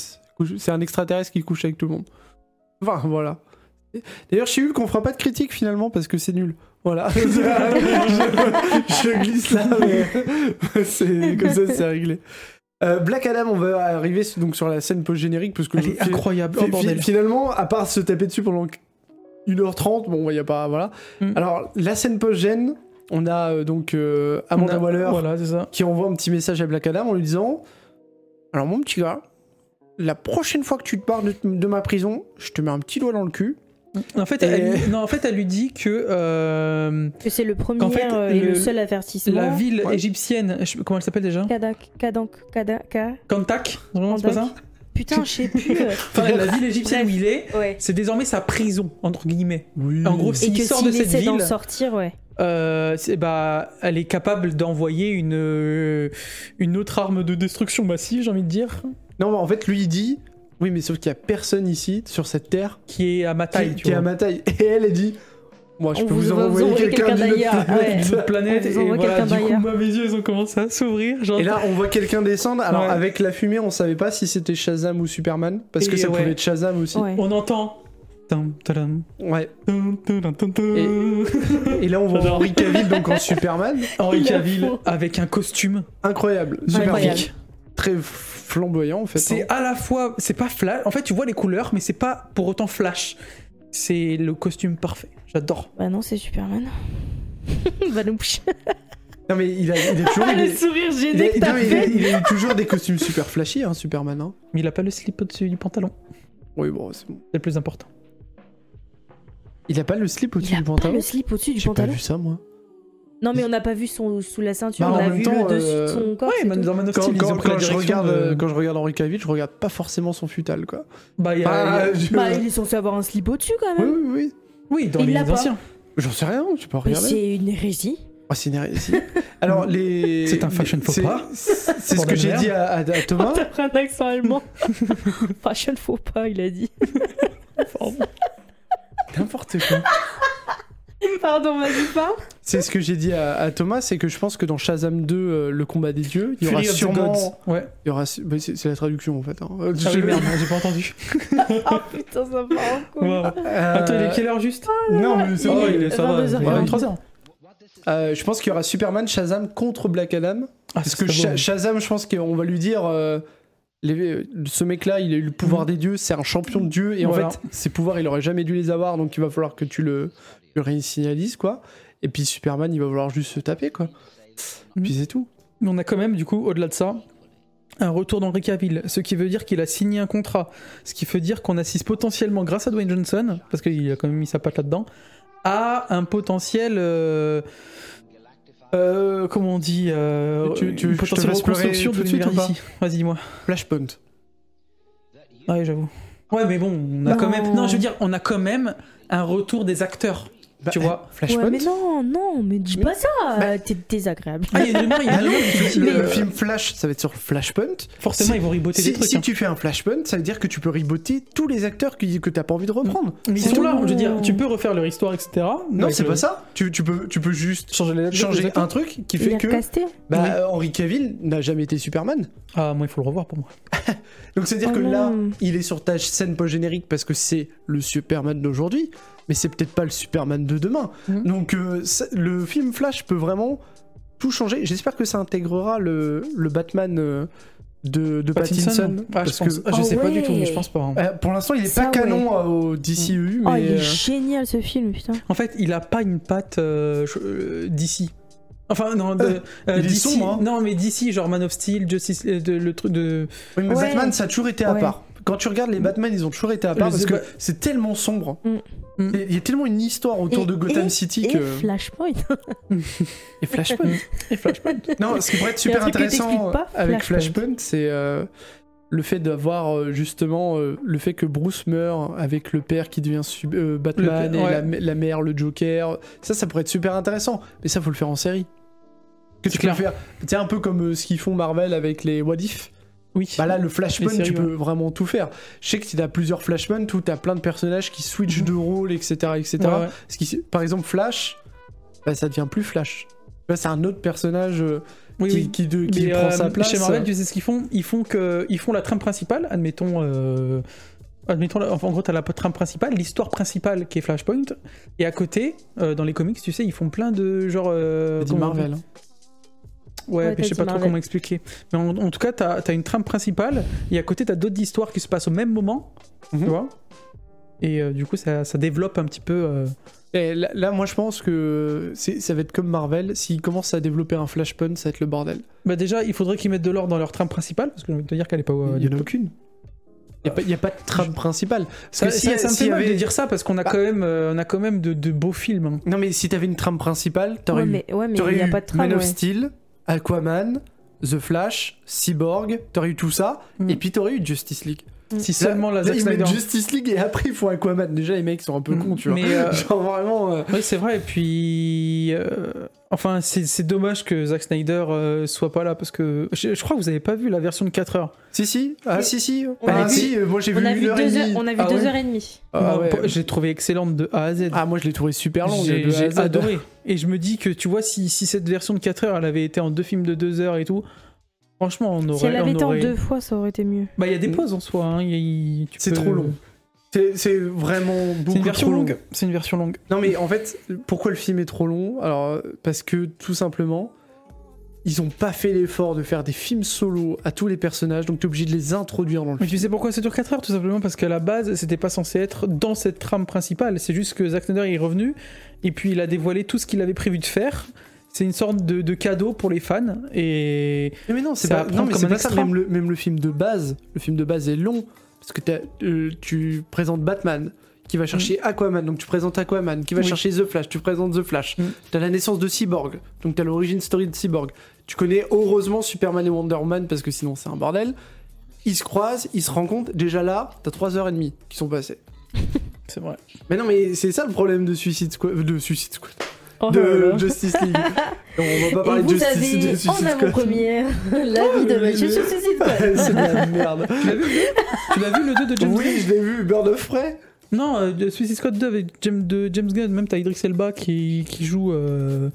Speaker 1: C'est un extraterrestre qui couche avec tout le monde. Enfin voilà. D'ailleurs Shulk on fera pas de critique finalement parce que c'est nul. Voilà.
Speaker 2: [laughs]
Speaker 1: je, je glisse là mais [laughs] c'est comme ça c'est réglé. Euh, Black Adam, on va arriver donc sur la scène post générique parce que
Speaker 2: Elle est
Speaker 1: fi-
Speaker 2: incroyable. Oh
Speaker 1: Fi- fi-
Speaker 2: bordel.
Speaker 1: Finalement, à part se taper dessus pendant 1h30, bon, il a pas. Voilà.
Speaker 2: Mm.
Speaker 1: Alors, la scène post-gêne, on a euh, donc euh,
Speaker 2: On
Speaker 1: Amanda
Speaker 2: a-
Speaker 1: Waller
Speaker 2: Voilà, c'est ça.
Speaker 1: qui envoie un petit message à Black Adam en lui disant Alors, mon petit gars, la prochaine fois que tu te barres de, de ma prison, je te mets un petit doigt dans le cul.
Speaker 2: En fait,
Speaker 1: Et-
Speaker 2: elle, non, en fait, elle lui dit que euh,
Speaker 3: Que c'est le premier
Speaker 2: Qu'en fait,
Speaker 3: euh, et le
Speaker 2: le-
Speaker 3: seul avertissement.
Speaker 2: la ville
Speaker 1: Ouais.
Speaker 2: égyptienne, je sais pas- comment elle s'appelle déjà
Speaker 3: Kadak, Kadank, Kadaka.
Speaker 2: Kantak Non, c'est pas ça
Speaker 3: Kandak. Putain, je sais plus.
Speaker 1: [laughs]
Speaker 3: euh,
Speaker 2: Enfin, la ville égyptienne où il est,
Speaker 3: ouais.
Speaker 2: c'est désormais sa prison, entre guillemets.
Speaker 1: Oui.
Speaker 2: En gros,
Speaker 3: Et
Speaker 2: s'il
Speaker 3: que
Speaker 2: sort de
Speaker 3: s'il
Speaker 2: cette
Speaker 3: essaie d'en
Speaker 2: ville,
Speaker 3: sortir, ouais.
Speaker 2: euh, c'est- bah, elle est capable d'envoyer une, euh, une autre arme de destruction massive, j'ai envie de dire,
Speaker 1: Non, mais en fait, lui, il dit Oui, mais sauf qu'il y a personne ici, sur cette terre,
Speaker 2: qui est à ma
Speaker 1: qui,
Speaker 2: taille,
Speaker 1: qui
Speaker 2: tu
Speaker 1: est
Speaker 2: vois.
Speaker 1: à ma taille. [laughs] Et elle, elle dit Moi, je
Speaker 3: On
Speaker 1: peux
Speaker 3: vous
Speaker 1: vous,
Speaker 3: envoie- vous
Speaker 1: envoyer
Speaker 3: envoie
Speaker 1: quelqu'un
Speaker 3: quelqu'un
Speaker 1: d'une autre
Speaker 3: d'ailleurs.
Speaker 1: [laughs] planète.
Speaker 3: Ouais.
Speaker 2: Une autre planète,
Speaker 3: On vous
Speaker 2: et
Speaker 3: envoie
Speaker 2: voilà,
Speaker 3: quelqu'un
Speaker 2: du coup,
Speaker 3: d'ailleurs.
Speaker 2: mes yeux, ils ont commencé à s'ouvrir. genre-
Speaker 1: Et là, on voit quelqu'un descendre. Alors,
Speaker 2: Ouais.
Speaker 1: avec la fumée, on savait pas si c'était Shazam ou Superman. Parce que
Speaker 2: Et
Speaker 1: ça
Speaker 2: ouais.
Speaker 1: pouvait être Shazam aussi.
Speaker 3: Ouais.
Speaker 2: on entend. Tum, tadam,
Speaker 1: Ouais.
Speaker 2: tum, tadam, tum, tum.
Speaker 1: Et- Et là, on voit
Speaker 2: J'adore.
Speaker 1: Henry Cavill, donc en
Speaker 3: [laughs]
Speaker 1: Superman.
Speaker 2: Henri
Speaker 3: Il a
Speaker 2: Cavill
Speaker 3: faux.
Speaker 2: avec un costume
Speaker 1: Incroyable. Super
Speaker 3: Incroyable.
Speaker 1: geek. Très flamboyant, en fait.
Speaker 2: C'est
Speaker 1: hein.
Speaker 2: à la fois, c'est pas flash. En fait, tu vois les couleurs, mais c'est pas pour autant flash. C'est le costume parfait. J'adore.
Speaker 3: Bah non, c'est Superman. [laughs] bah non, pch.
Speaker 1: Non, mais il a, il a toujours.
Speaker 3: Ah,
Speaker 1: il
Speaker 3: [laughs] le
Speaker 1: est-
Speaker 3: sourire
Speaker 1: il a-
Speaker 3: gêné que
Speaker 1: non,
Speaker 3: t'as
Speaker 1: mais il a-
Speaker 3: fait.
Speaker 1: il a eu toujours des costumes super flashy, hein, Superman. hein.
Speaker 2: Mais il a pas le slip au-dessus du pantalon.
Speaker 1: Oui, bon, c'est bon.
Speaker 2: C'est le plus important.
Speaker 1: Il a pas le slip au-dessus
Speaker 3: Il
Speaker 1: du
Speaker 3: a pas
Speaker 1: pantalon
Speaker 3: le slip au-dessus du
Speaker 1: J'ai pas
Speaker 3: pantalon.
Speaker 1: vu ça, moi.
Speaker 3: Non, mais on n'a pas vu son sous la ceinture,
Speaker 1: Bah, en
Speaker 3: on a
Speaker 1: même
Speaker 3: vu
Speaker 1: temps,
Speaker 3: le dessus de
Speaker 1: euh,
Speaker 3: son corps.
Speaker 2: Ouais,
Speaker 3: c'est
Speaker 2: mais
Speaker 3: tout.
Speaker 2: dans Man of
Speaker 1: Quand,
Speaker 2: Steel, ils
Speaker 1: quand-
Speaker 2: ont pris la
Speaker 1: quand je
Speaker 2: direction
Speaker 1: regarde,
Speaker 2: de-
Speaker 1: euh, quand je regarde Henry Cavill, je regarde pas forcément son futal, quoi.
Speaker 2: Bah, il y a- il y a-
Speaker 1: Ah, je-
Speaker 3: Bah, il est censé avoir un slip au-dessus quand
Speaker 1: Oui,
Speaker 3: même.
Speaker 1: oui, oui.
Speaker 2: Oui, dans
Speaker 3: il
Speaker 2: les
Speaker 3: l'a pas. [laughs]
Speaker 2: anciens.
Speaker 1: J'en sais rien, tu peux
Speaker 3: Mais
Speaker 1: regarder.
Speaker 3: c'est une hérésie.
Speaker 1: Ah, c'est une hérésie. [laughs] Alors, les.
Speaker 2: C'est un fashion
Speaker 1: les-
Speaker 2: faux
Speaker 1: c'est-
Speaker 2: pas.
Speaker 1: C'est c'est ce
Speaker 2: Bordel
Speaker 1: que j'ai
Speaker 2: de
Speaker 1: dit à, à- à Thomas.
Speaker 3: T'as pris un accent [laughs] allemand. Fashion faux pas, il a dit.
Speaker 1: N'importe quoi.
Speaker 3: Pardon, vas-y, pas.
Speaker 1: c'est ce que j'ai dit à, à Thomas, c'est que je pense que dans Shazam 2, euh, le combat des dieux, il y aura
Speaker 2: Fury of the
Speaker 1: sûrement.
Speaker 2: Gods. Ouais.
Speaker 1: il y aura su- bah, c'est c'est la traduction en fait. hein. Euh,
Speaker 2: Ah
Speaker 1: je-
Speaker 2: oui, merde, j'ai pas entendu.
Speaker 3: Oh putain, ça part en couille.
Speaker 2: Wow.
Speaker 1: Euh,
Speaker 2: Attends, il est quelle heure juste
Speaker 1: Non, mais c'est
Speaker 2: Ah
Speaker 1: vrai.
Speaker 2: ouais, il est- ça va.
Speaker 3: 22 heures
Speaker 2: il est 23 heures.
Speaker 1: Euh, je pense qu'il y aura Superman, Shazam contre Black Adam.
Speaker 2: Ah,
Speaker 1: Parce
Speaker 2: ça,
Speaker 1: que
Speaker 2: c'est
Speaker 1: Sha-
Speaker 2: beau.
Speaker 1: Shazam, je pense qu'on va lui dire. euh, les- euh, ce mec-là, il a eu le pouvoir des dieux, c'est un champion de dieu, et
Speaker 2: Mm. Voilà.
Speaker 1: en fait, ses pouvoirs, il aurait jamais dû les avoir, donc il va falloir que tu le, le réinitialises, quoi. Et puis Superman, il va vouloir juste se taper, quoi.
Speaker 2: Mhm.
Speaker 1: Puis c'est tout.
Speaker 2: Mais on a quand même, du coup, au-delà de ça, un retour d'Henry Cavill, ce qui veut dire qu'il a signé un contrat, ce qui veut dire qu'on assiste potentiellement, grâce à Dwayne Johnson, parce qu'il a quand même mis sa patte là-dedans, à un potentiel. euh, euh, comment on dit euh,
Speaker 1: Tu- tu-
Speaker 2: une
Speaker 1: je te
Speaker 2: potentielle
Speaker 1: laisse pleurer
Speaker 2: reconstruction
Speaker 1: tout
Speaker 2: de
Speaker 1: de suite
Speaker 2: l'univers
Speaker 1: ou pas
Speaker 2: d'ici. Vas-y, dis-moi.
Speaker 1: Flashpoint.
Speaker 2: Ah Ouais, j'avoue. Ouais, mais bon, on a
Speaker 3: Non.
Speaker 2: quand même. Non, je veux dire, on a quand même un retour des acteurs.
Speaker 1: Bah,
Speaker 2: tu vois
Speaker 1: [laughs] Flashpoint.
Speaker 3: Ouais, mais non, non, mais dis
Speaker 1: Mais-
Speaker 3: pas ça, Euh,
Speaker 1: bah-
Speaker 3: t'es désagréable.
Speaker 2: Ah, il y a des rumeurs, il y a
Speaker 1: Ah
Speaker 2: des
Speaker 1: non,
Speaker 2: rumeurs qui disent,
Speaker 1: le
Speaker 2: euh,
Speaker 1: film Flash, ça va être sur Flashpoint.
Speaker 2: Forcément,
Speaker 1: si-
Speaker 2: ils vont riboter
Speaker 1: Si,
Speaker 2: des trucs.
Speaker 1: si
Speaker 2: hein.
Speaker 1: tu fais un Flashpoint, ça veut dire que tu peux riboter tous les acteurs que, que t'as pas envie de reprendre.
Speaker 2: Mais ils
Speaker 1: C'est
Speaker 2: sont
Speaker 1: tout.
Speaker 2: là, je veux dire, tu peux refaire leur histoire, etc.
Speaker 1: Non,
Speaker 2: Avec
Speaker 1: c'est
Speaker 2: le-
Speaker 1: pas ça. Tu, tu peux, tu peux juste
Speaker 2: Changer les
Speaker 1: changer un truc qui
Speaker 3: Il
Speaker 1: fait
Speaker 3: est
Speaker 1: que
Speaker 3: recasté.
Speaker 1: bah,
Speaker 2: Oui.
Speaker 1: euh, Henry Cavill n'a jamais été Superman.
Speaker 2: Ah, moi, il faut le revoir pour moi.
Speaker 1: Donc c'est à dire
Speaker 3: Oh
Speaker 1: que là,
Speaker 3: non.
Speaker 1: il est sur ta scène post générique parce que c'est le Superman d'aujourd'hui, mais c'est peut-être pas le Superman de demain.
Speaker 2: Mhm.
Speaker 1: Donc euh, ça- le film Flash peut vraiment tout changer. J'espère que ça intégrera le, le Batman euh, de, de Pattinson.
Speaker 2: Ah, je,
Speaker 1: parce
Speaker 2: pense.
Speaker 1: que-
Speaker 2: Ah, je
Speaker 3: Ah
Speaker 2: sais pas du tout, mais
Speaker 3: ouais.
Speaker 2: je pense pas. hein.
Speaker 1: Euh, pour l'instant, il est
Speaker 3: Ça,
Speaker 1: pas canon euh, au DCU,
Speaker 3: Oh,
Speaker 1: mais
Speaker 3: il est
Speaker 1: euh,
Speaker 3: génial ce film, putain.
Speaker 2: En fait, il a pas une patte euh, je- euh, d'ici. Enfin, non, de,
Speaker 1: Euh,
Speaker 2: euh,
Speaker 1: il est
Speaker 2: d'ici,
Speaker 1: sombre, hein.
Speaker 2: Non, mais d'ici, genre Man of Steel, Justice, euh, de- le truc de.
Speaker 1: oui, mais
Speaker 3: Ouais.
Speaker 1: Batman, ça a toujours été à
Speaker 3: Ouais.
Speaker 1: part. Quand tu regardes les Batman, ils ont toujours été à part
Speaker 2: Le
Speaker 1: parce
Speaker 2: The
Speaker 1: que
Speaker 2: Bat-
Speaker 1: c'est tellement sombre.
Speaker 3: Mm.
Speaker 2: Mm.
Speaker 1: Et Il y a tellement une histoire autour
Speaker 3: Et-
Speaker 1: de Gotham
Speaker 3: et-
Speaker 1: City
Speaker 3: Et
Speaker 1: que.
Speaker 3: Flashpoint.
Speaker 1: Et Flashpoint.
Speaker 2: Et Flashpoint.
Speaker 1: [laughs]
Speaker 3: [laughs]
Speaker 1: Non, ce qui pourrait être
Speaker 3: Il y a
Speaker 1: super
Speaker 3: un truc que
Speaker 1: intéressant
Speaker 3: t'expliques pas,
Speaker 1: avec
Speaker 3: Flashpoint.
Speaker 1: Flashpoint, c'est euh, le fait d'avoir euh, justement euh, le fait que Bruce meurt avec le père qui devient sub- euh, Batman
Speaker 2: Le père,
Speaker 1: et
Speaker 2: ouais.
Speaker 1: la, m- la mère, le Joker. Ça, ça pourrait être super intéressant, mais ça, faut le faire en série. Que
Speaker 2: C'est
Speaker 1: tu peux le
Speaker 2: clair.
Speaker 1: faire. C'est un peu comme euh, ce qu'ils font Marvel avec les What If.
Speaker 2: Oui.
Speaker 1: Bah là, le Flashpoint,
Speaker 2: Les séries,
Speaker 1: tu peux vraiment tout faire. Je sais que si t'as plusieurs Flashpoint, où t'as plein de personnages qui switchent de rôle, etc. etc.
Speaker 2: Ouais, ouais.
Speaker 1: Ce qui, par exemple, Flash, bah, ça devient plus Flash. Là, C'est un autre personnage. euh,
Speaker 2: Oui,
Speaker 1: qui,
Speaker 2: oui.
Speaker 1: qui de- qui
Speaker 2: Mais,
Speaker 1: prend
Speaker 2: euh,
Speaker 1: sa place.
Speaker 2: Chez Marvel, tu sais ce qu'ils font ils font, que, ils font la trame principale, admettons. euh, admettons la- enfin, en gros, t'as la trame principale, l'histoire principale qui est Flashpoint, et à côté, euh, dans les comics, tu sais, ils font plein de genre. euh,
Speaker 1: T'as dit
Speaker 2: comment-
Speaker 1: Marvel. hein.
Speaker 2: Ouais,
Speaker 3: Ouais,
Speaker 2: mais
Speaker 3: t'as
Speaker 2: je sais
Speaker 3: dit
Speaker 2: pas trop
Speaker 3: Marvel.
Speaker 2: comment expliquer. Mais en, en tout cas, t'as as une trame principale, et à côté, t'as d'autres histoires qui se passent au même moment,
Speaker 1: Mhm.
Speaker 2: tu vois. Et euh, du coup, ça, ça développe un petit peu. euh,
Speaker 1: Et là, là, moi, je pense que c'est- ça va être comme Marvel. S'ils commencent à développer un Flashpoint, ça va être le bordel.
Speaker 2: Bah, déjà, il faudrait qu'ils mettent de l'ordre dans leur trame principale, parce que je vais te dire qu'elle est pas. euh,
Speaker 1: Il y en a aucune. Il n'y a, pas de trame principale. Parce
Speaker 2: Parce que si, ça, me
Speaker 1: s'il y
Speaker 2: fait mal
Speaker 1: avait-
Speaker 2: de dire ça parce qu'on a
Speaker 1: Bah.
Speaker 2: quand même, euh, on a quand même de, de beaux films. hein.
Speaker 1: Non, mais si t'avais une trame principale, t'aurais
Speaker 3: Ouais,
Speaker 1: eu,
Speaker 3: mais, ouais, mais
Speaker 1: t'aurais
Speaker 3: il n'y a
Speaker 1: eu
Speaker 3: pas de trame.
Speaker 1: Man of
Speaker 3: ouais.
Speaker 1: Steel, Aquaman, The Flash, Cyborg, t'aurais eu tout ça,
Speaker 2: Mm.
Speaker 1: et puis t'aurais eu Justice League.
Speaker 3: Mm.
Speaker 2: Si seulement la
Speaker 1: Là,
Speaker 2: Zack
Speaker 1: ils mettent
Speaker 2: Snyder.
Speaker 1: Justice League et après ils font Aquaman. Déjà, les mecs sont un peu cons, tu vois.
Speaker 2: Mais, [laughs] euh,
Speaker 1: [laughs] Genre vraiment. euh,
Speaker 2: Oui, c'est vrai. Et puis, euh, enfin, c'est c'est dommage que Zack Snyder euh, soit pas là parce que je, je crois que vous avez pas vu la version de 4 heures.
Speaker 1: Si, si, ah,
Speaker 3: Mais-
Speaker 1: si, si.
Speaker 3: On
Speaker 1: Ah,
Speaker 3: a vu-
Speaker 1: si, euh, moi j'ai vu
Speaker 3: On a
Speaker 1: une
Speaker 3: vu
Speaker 1: heure et
Speaker 3: deux heures,
Speaker 1: demie.
Speaker 3: on a vu
Speaker 2: Ah
Speaker 3: deux
Speaker 2: ouais.
Speaker 3: heures et demie.
Speaker 1: Ah,
Speaker 2: Moi,
Speaker 1: ouais.
Speaker 2: pour- Je l'ai Euh, trouvé excellente de A à Z.
Speaker 1: Ah, moi je l'ai trouvé super long.
Speaker 2: J'ai
Speaker 1: de A à
Speaker 2: j'ai
Speaker 1: Z.
Speaker 2: adoré. Et je me dis que tu vois, si, si cette version de 4 heures elle avait été en deux films de 2 heures et tout, franchement, on aurait.
Speaker 3: Si elle avait
Speaker 2: on
Speaker 3: été en
Speaker 2: aurait-
Speaker 3: deux fois, ça aurait été mieux.
Speaker 2: Bah, il y a des pauses en soi. hein, il- il- tu
Speaker 1: C'est
Speaker 2: peux-
Speaker 1: trop long. C'est- C'est vraiment
Speaker 2: C'est
Speaker 1: beaucoup
Speaker 2: une version
Speaker 1: trop long.
Speaker 2: longue. C'est une version longue.
Speaker 1: Non mais en fait, pourquoi le film est trop long Alors euh, parce que tout simplement, ils ont pas fait l'effort de faire des films solo à tous les personnages, donc t'es obligé de les introduire dans le
Speaker 2: Mais
Speaker 1: film.
Speaker 2: tu sais pourquoi ça dure 4 heures Tout simplement parce qu'à la base, c'était pas censé être dans cette trame principale. C'est juste que Zack Snyder est revenu et puis il a dévoilé tout ce qu'il avait prévu de faire. C'est une sorte de, de cadeau pour les fans. Et
Speaker 1: Mais, non, c'est
Speaker 2: Ça
Speaker 1: pas,
Speaker 2: va prendre
Speaker 1: non, mais
Speaker 2: comme
Speaker 1: c'est
Speaker 2: un
Speaker 1: pas ça.
Speaker 2: extra.
Speaker 1: Même le, même le film de base, le film de base est long parce que t'as- euh, tu présentes Batman qui va chercher Aquaman, donc tu présentes Aquaman, qui va
Speaker 2: Oui.
Speaker 1: chercher The Flash, tu présentes The Flash.
Speaker 2: Mm.
Speaker 1: T'as la naissance de Cyborg, donc t'as l'origine story de Cyborg. Tu connais heureusement Superman et Wonder Woman parce que sinon c'est un bordel. Ils se croisent, ils se rencontrent. Déjà là, t'as 3h30 qui sont passées. [laughs]
Speaker 2: c'est vrai.
Speaker 1: Mais non, mais c'est ça le problème de Suicide Squad. De Suicide Squad.
Speaker 3: Oh là
Speaker 1: De
Speaker 3: là.
Speaker 1: Justice [laughs] League. On va pas
Speaker 3: Et
Speaker 1: parler de
Speaker 3: vous
Speaker 1: Justice, de
Speaker 3: avez
Speaker 1: Suicide
Speaker 3: en
Speaker 1: Squad.
Speaker 3: avant-première [laughs] l'avis de
Speaker 1: le-
Speaker 3: Monsieur
Speaker 1: le- [laughs]
Speaker 3: Suicide Squad.
Speaker 1: c'est de la merde.
Speaker 2: Tu l'as vu le 2 de James
Speaker 1: Oui, je l'ai vu, beurre de frais.
Speaker 2: Non, euh, de Suicide Squad 2 avec James, de James Gunn, même t'as Idris Elba qui, qui joue. euh,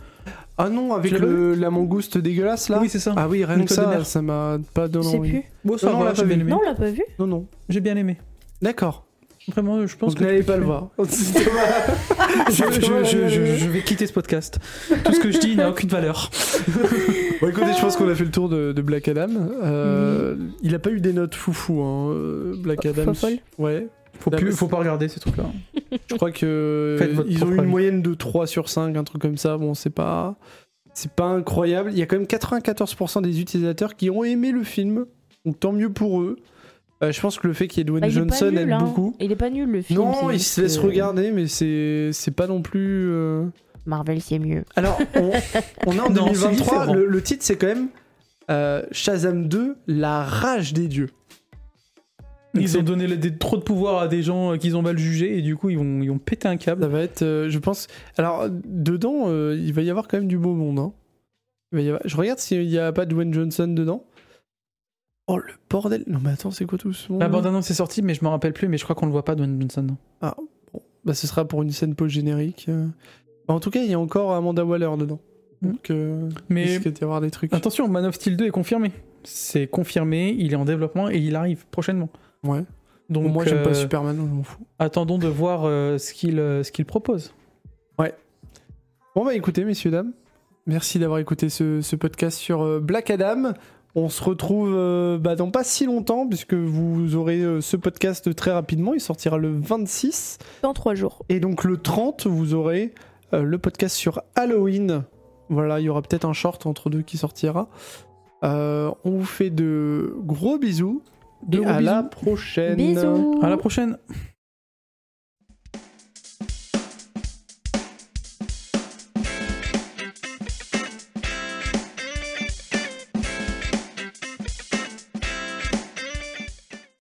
Speaker 1: Ah non, avec
Speaker 2: Tu l'as
Speaker 1: le- la mangouste dégueulasse là
Speaker 2: Oui, c'est ça.
Speaker 1: Ah oui, rien
Speaker 2: Le
Speaker 1: que
Speaker 2: code
Speaker 1: ça,
Speaker 2: d'honneur.
Speaker 1: ça m'a pas
Speaker 3: Je
Speaker 1: donné
Speaker 3: sais
Speaker 1: envie.
Speaker 3: plus.
Speaker 2: Bon, ça
Speaker 1: Non, non, on
Speaker 2: va,
Speaker 1: l'a
Speaker 2: j'ai
Speaker 1: pas
Speaker 2: bien aimé.
Speaker 3: Non, on l'a pas vu.
Speaker 1: Non, non.
Speaker 2: J'ai bien aimé.
Speaker 1: D'accord.
Speaker 2: Vraiment, je pense
Speaker 1: Vous
Speaker 2: que.
Speaker 1: n'allez pas le voir.
Speaker 2: [laughs]
Speaker 1: C'est dommage. [laughs]
Speaker 2: Je,
Speaker 1: C'est
Speaker 2: je-
Speaker 1: dommage.
Speaker 2: je- je- je vais quitter ce podcast. Tout ce que je dis n'a aucune valeur.
Speaker 1: Bon, écoutez, je pense qu'on a fait le tour de, de Black Adam. Euh, Il a pas eu des notes foufou, hein, euh, Black
Speaker 3: Fo-
Speaker 1: Adam.
Speaker 3: fofolle.
Speaker 1: Ouais.
Speaker 2: Faut,
Speaker 1: Là,
Speaker 2: plus,
Speaker 1: c'est-
Speaker 2: faut pas regarder ces trucs-là.
Speaker 1: Je crois que
Speaker 2: Faites votre
Speaker 1: ils ont
Speaker 2: propre
Speaker 1: eu une
Speaker 2: avis.
Speaker 1: moyenne de 3 sur 5, un truc comme ça. Bon, c'est pas c'est pas incroyable. Il y a quand même 94% des utilisateurs qui ont aimé le film. Donc tant mieux pour eux. Euh, je pense que le fait qu'il y ait Dwayne
Speaker 3: Bah, il est pas
Speaker 1: Johnson
Speaker 3: nul,
Speaker 1: aide
Speaker 3: hein.
Speaker 1: beaucoup.
Speaker 3: Il est pas nul le film.
Speaker 1: Non,
Speaker 3: c'est
Speaker 1: il
Speaker 3: juste
Speaker 1: se laisse
Speaker 3: que
Speaker 1: regarder, mais c'est c'est pas non plus. euh,
Speaker 3: Marvel, c'est mieux.
Speaker 1: Alors, on, on est [laughs] en
Speaker 2: Non, c'est
Speaker 1: 2023.
Speaker 2: différent.
Speaker 1: Le, le titre, c'est quand même euh, Shazam 2, la rage des dieux.
Speaker 2: Ils ont donné le- des- trop de pouvoir à des gens euh, qu'ils ont mal jugés et du coup ils vont, ils vont péter un câble.
Speaker 1: Ça va être, euh, je pense. Alors, dedans, euh, il va y avoir quand même du beau monde. hein. Il va y avoir- Je regarde s'il n'y a pas Dwayne Johnson dedans. Oh le bordel! Non, mais attends, c'est quoi tout ce monde?
Speaker 2: La bande annonce est sortie, mais je me rappelle plus, mais je crois qu'on le voit pas, Dwayne Johnson.
Speaker 1: Bah, ce sera pour une scène post-générique. euh. Bah, en tout cas, il y a encore Amanda Waller dedans. Donc, euh, il
Speaker 2: Hmm. Mais
Speaker 1: risque d'y avoir des trucs.
Speaker 2: attention, Man of Steel 2 est confirmé. C'est confirmé, il est en développement et il arrive prochainement.
Speaker 1: Ouais.
Speaker 2: Donc
Speaker 1: Moi, j'aime pas
Speaker 2: euh,
Speaker 1: Superman, donc je m'en fous.
Speaker 2: attendons de voir euh, ce qu'il euh, ce qu'il propose.
Speaker 1: Bon, bah, écoutez, messieurs, dames, merci d'avoir écouté ce, ce podcast sur euh, Black Adam. On se retrouve euh, bah, dans pas si longtemps, puisque vous aurez euh, ce podcast très rapidement. Il sortira le 26.
Speaker 3: Dans trois jours.
Speaker 1: Et donc le 30, vous aurez euh, le podcast sur Halloween. Voilà, il y aura peut-être un short entre deux qui sortira. Euh, on vous fait de gros bisous.
Speaker 2: De
Speaker 1: et
Speaker 2: gros
Speaker 1: à la
Speaker 2: bisous.
Speaker 1: prochaine.
Speaker 3: Bisous.
Speaker 2: À la prochaine.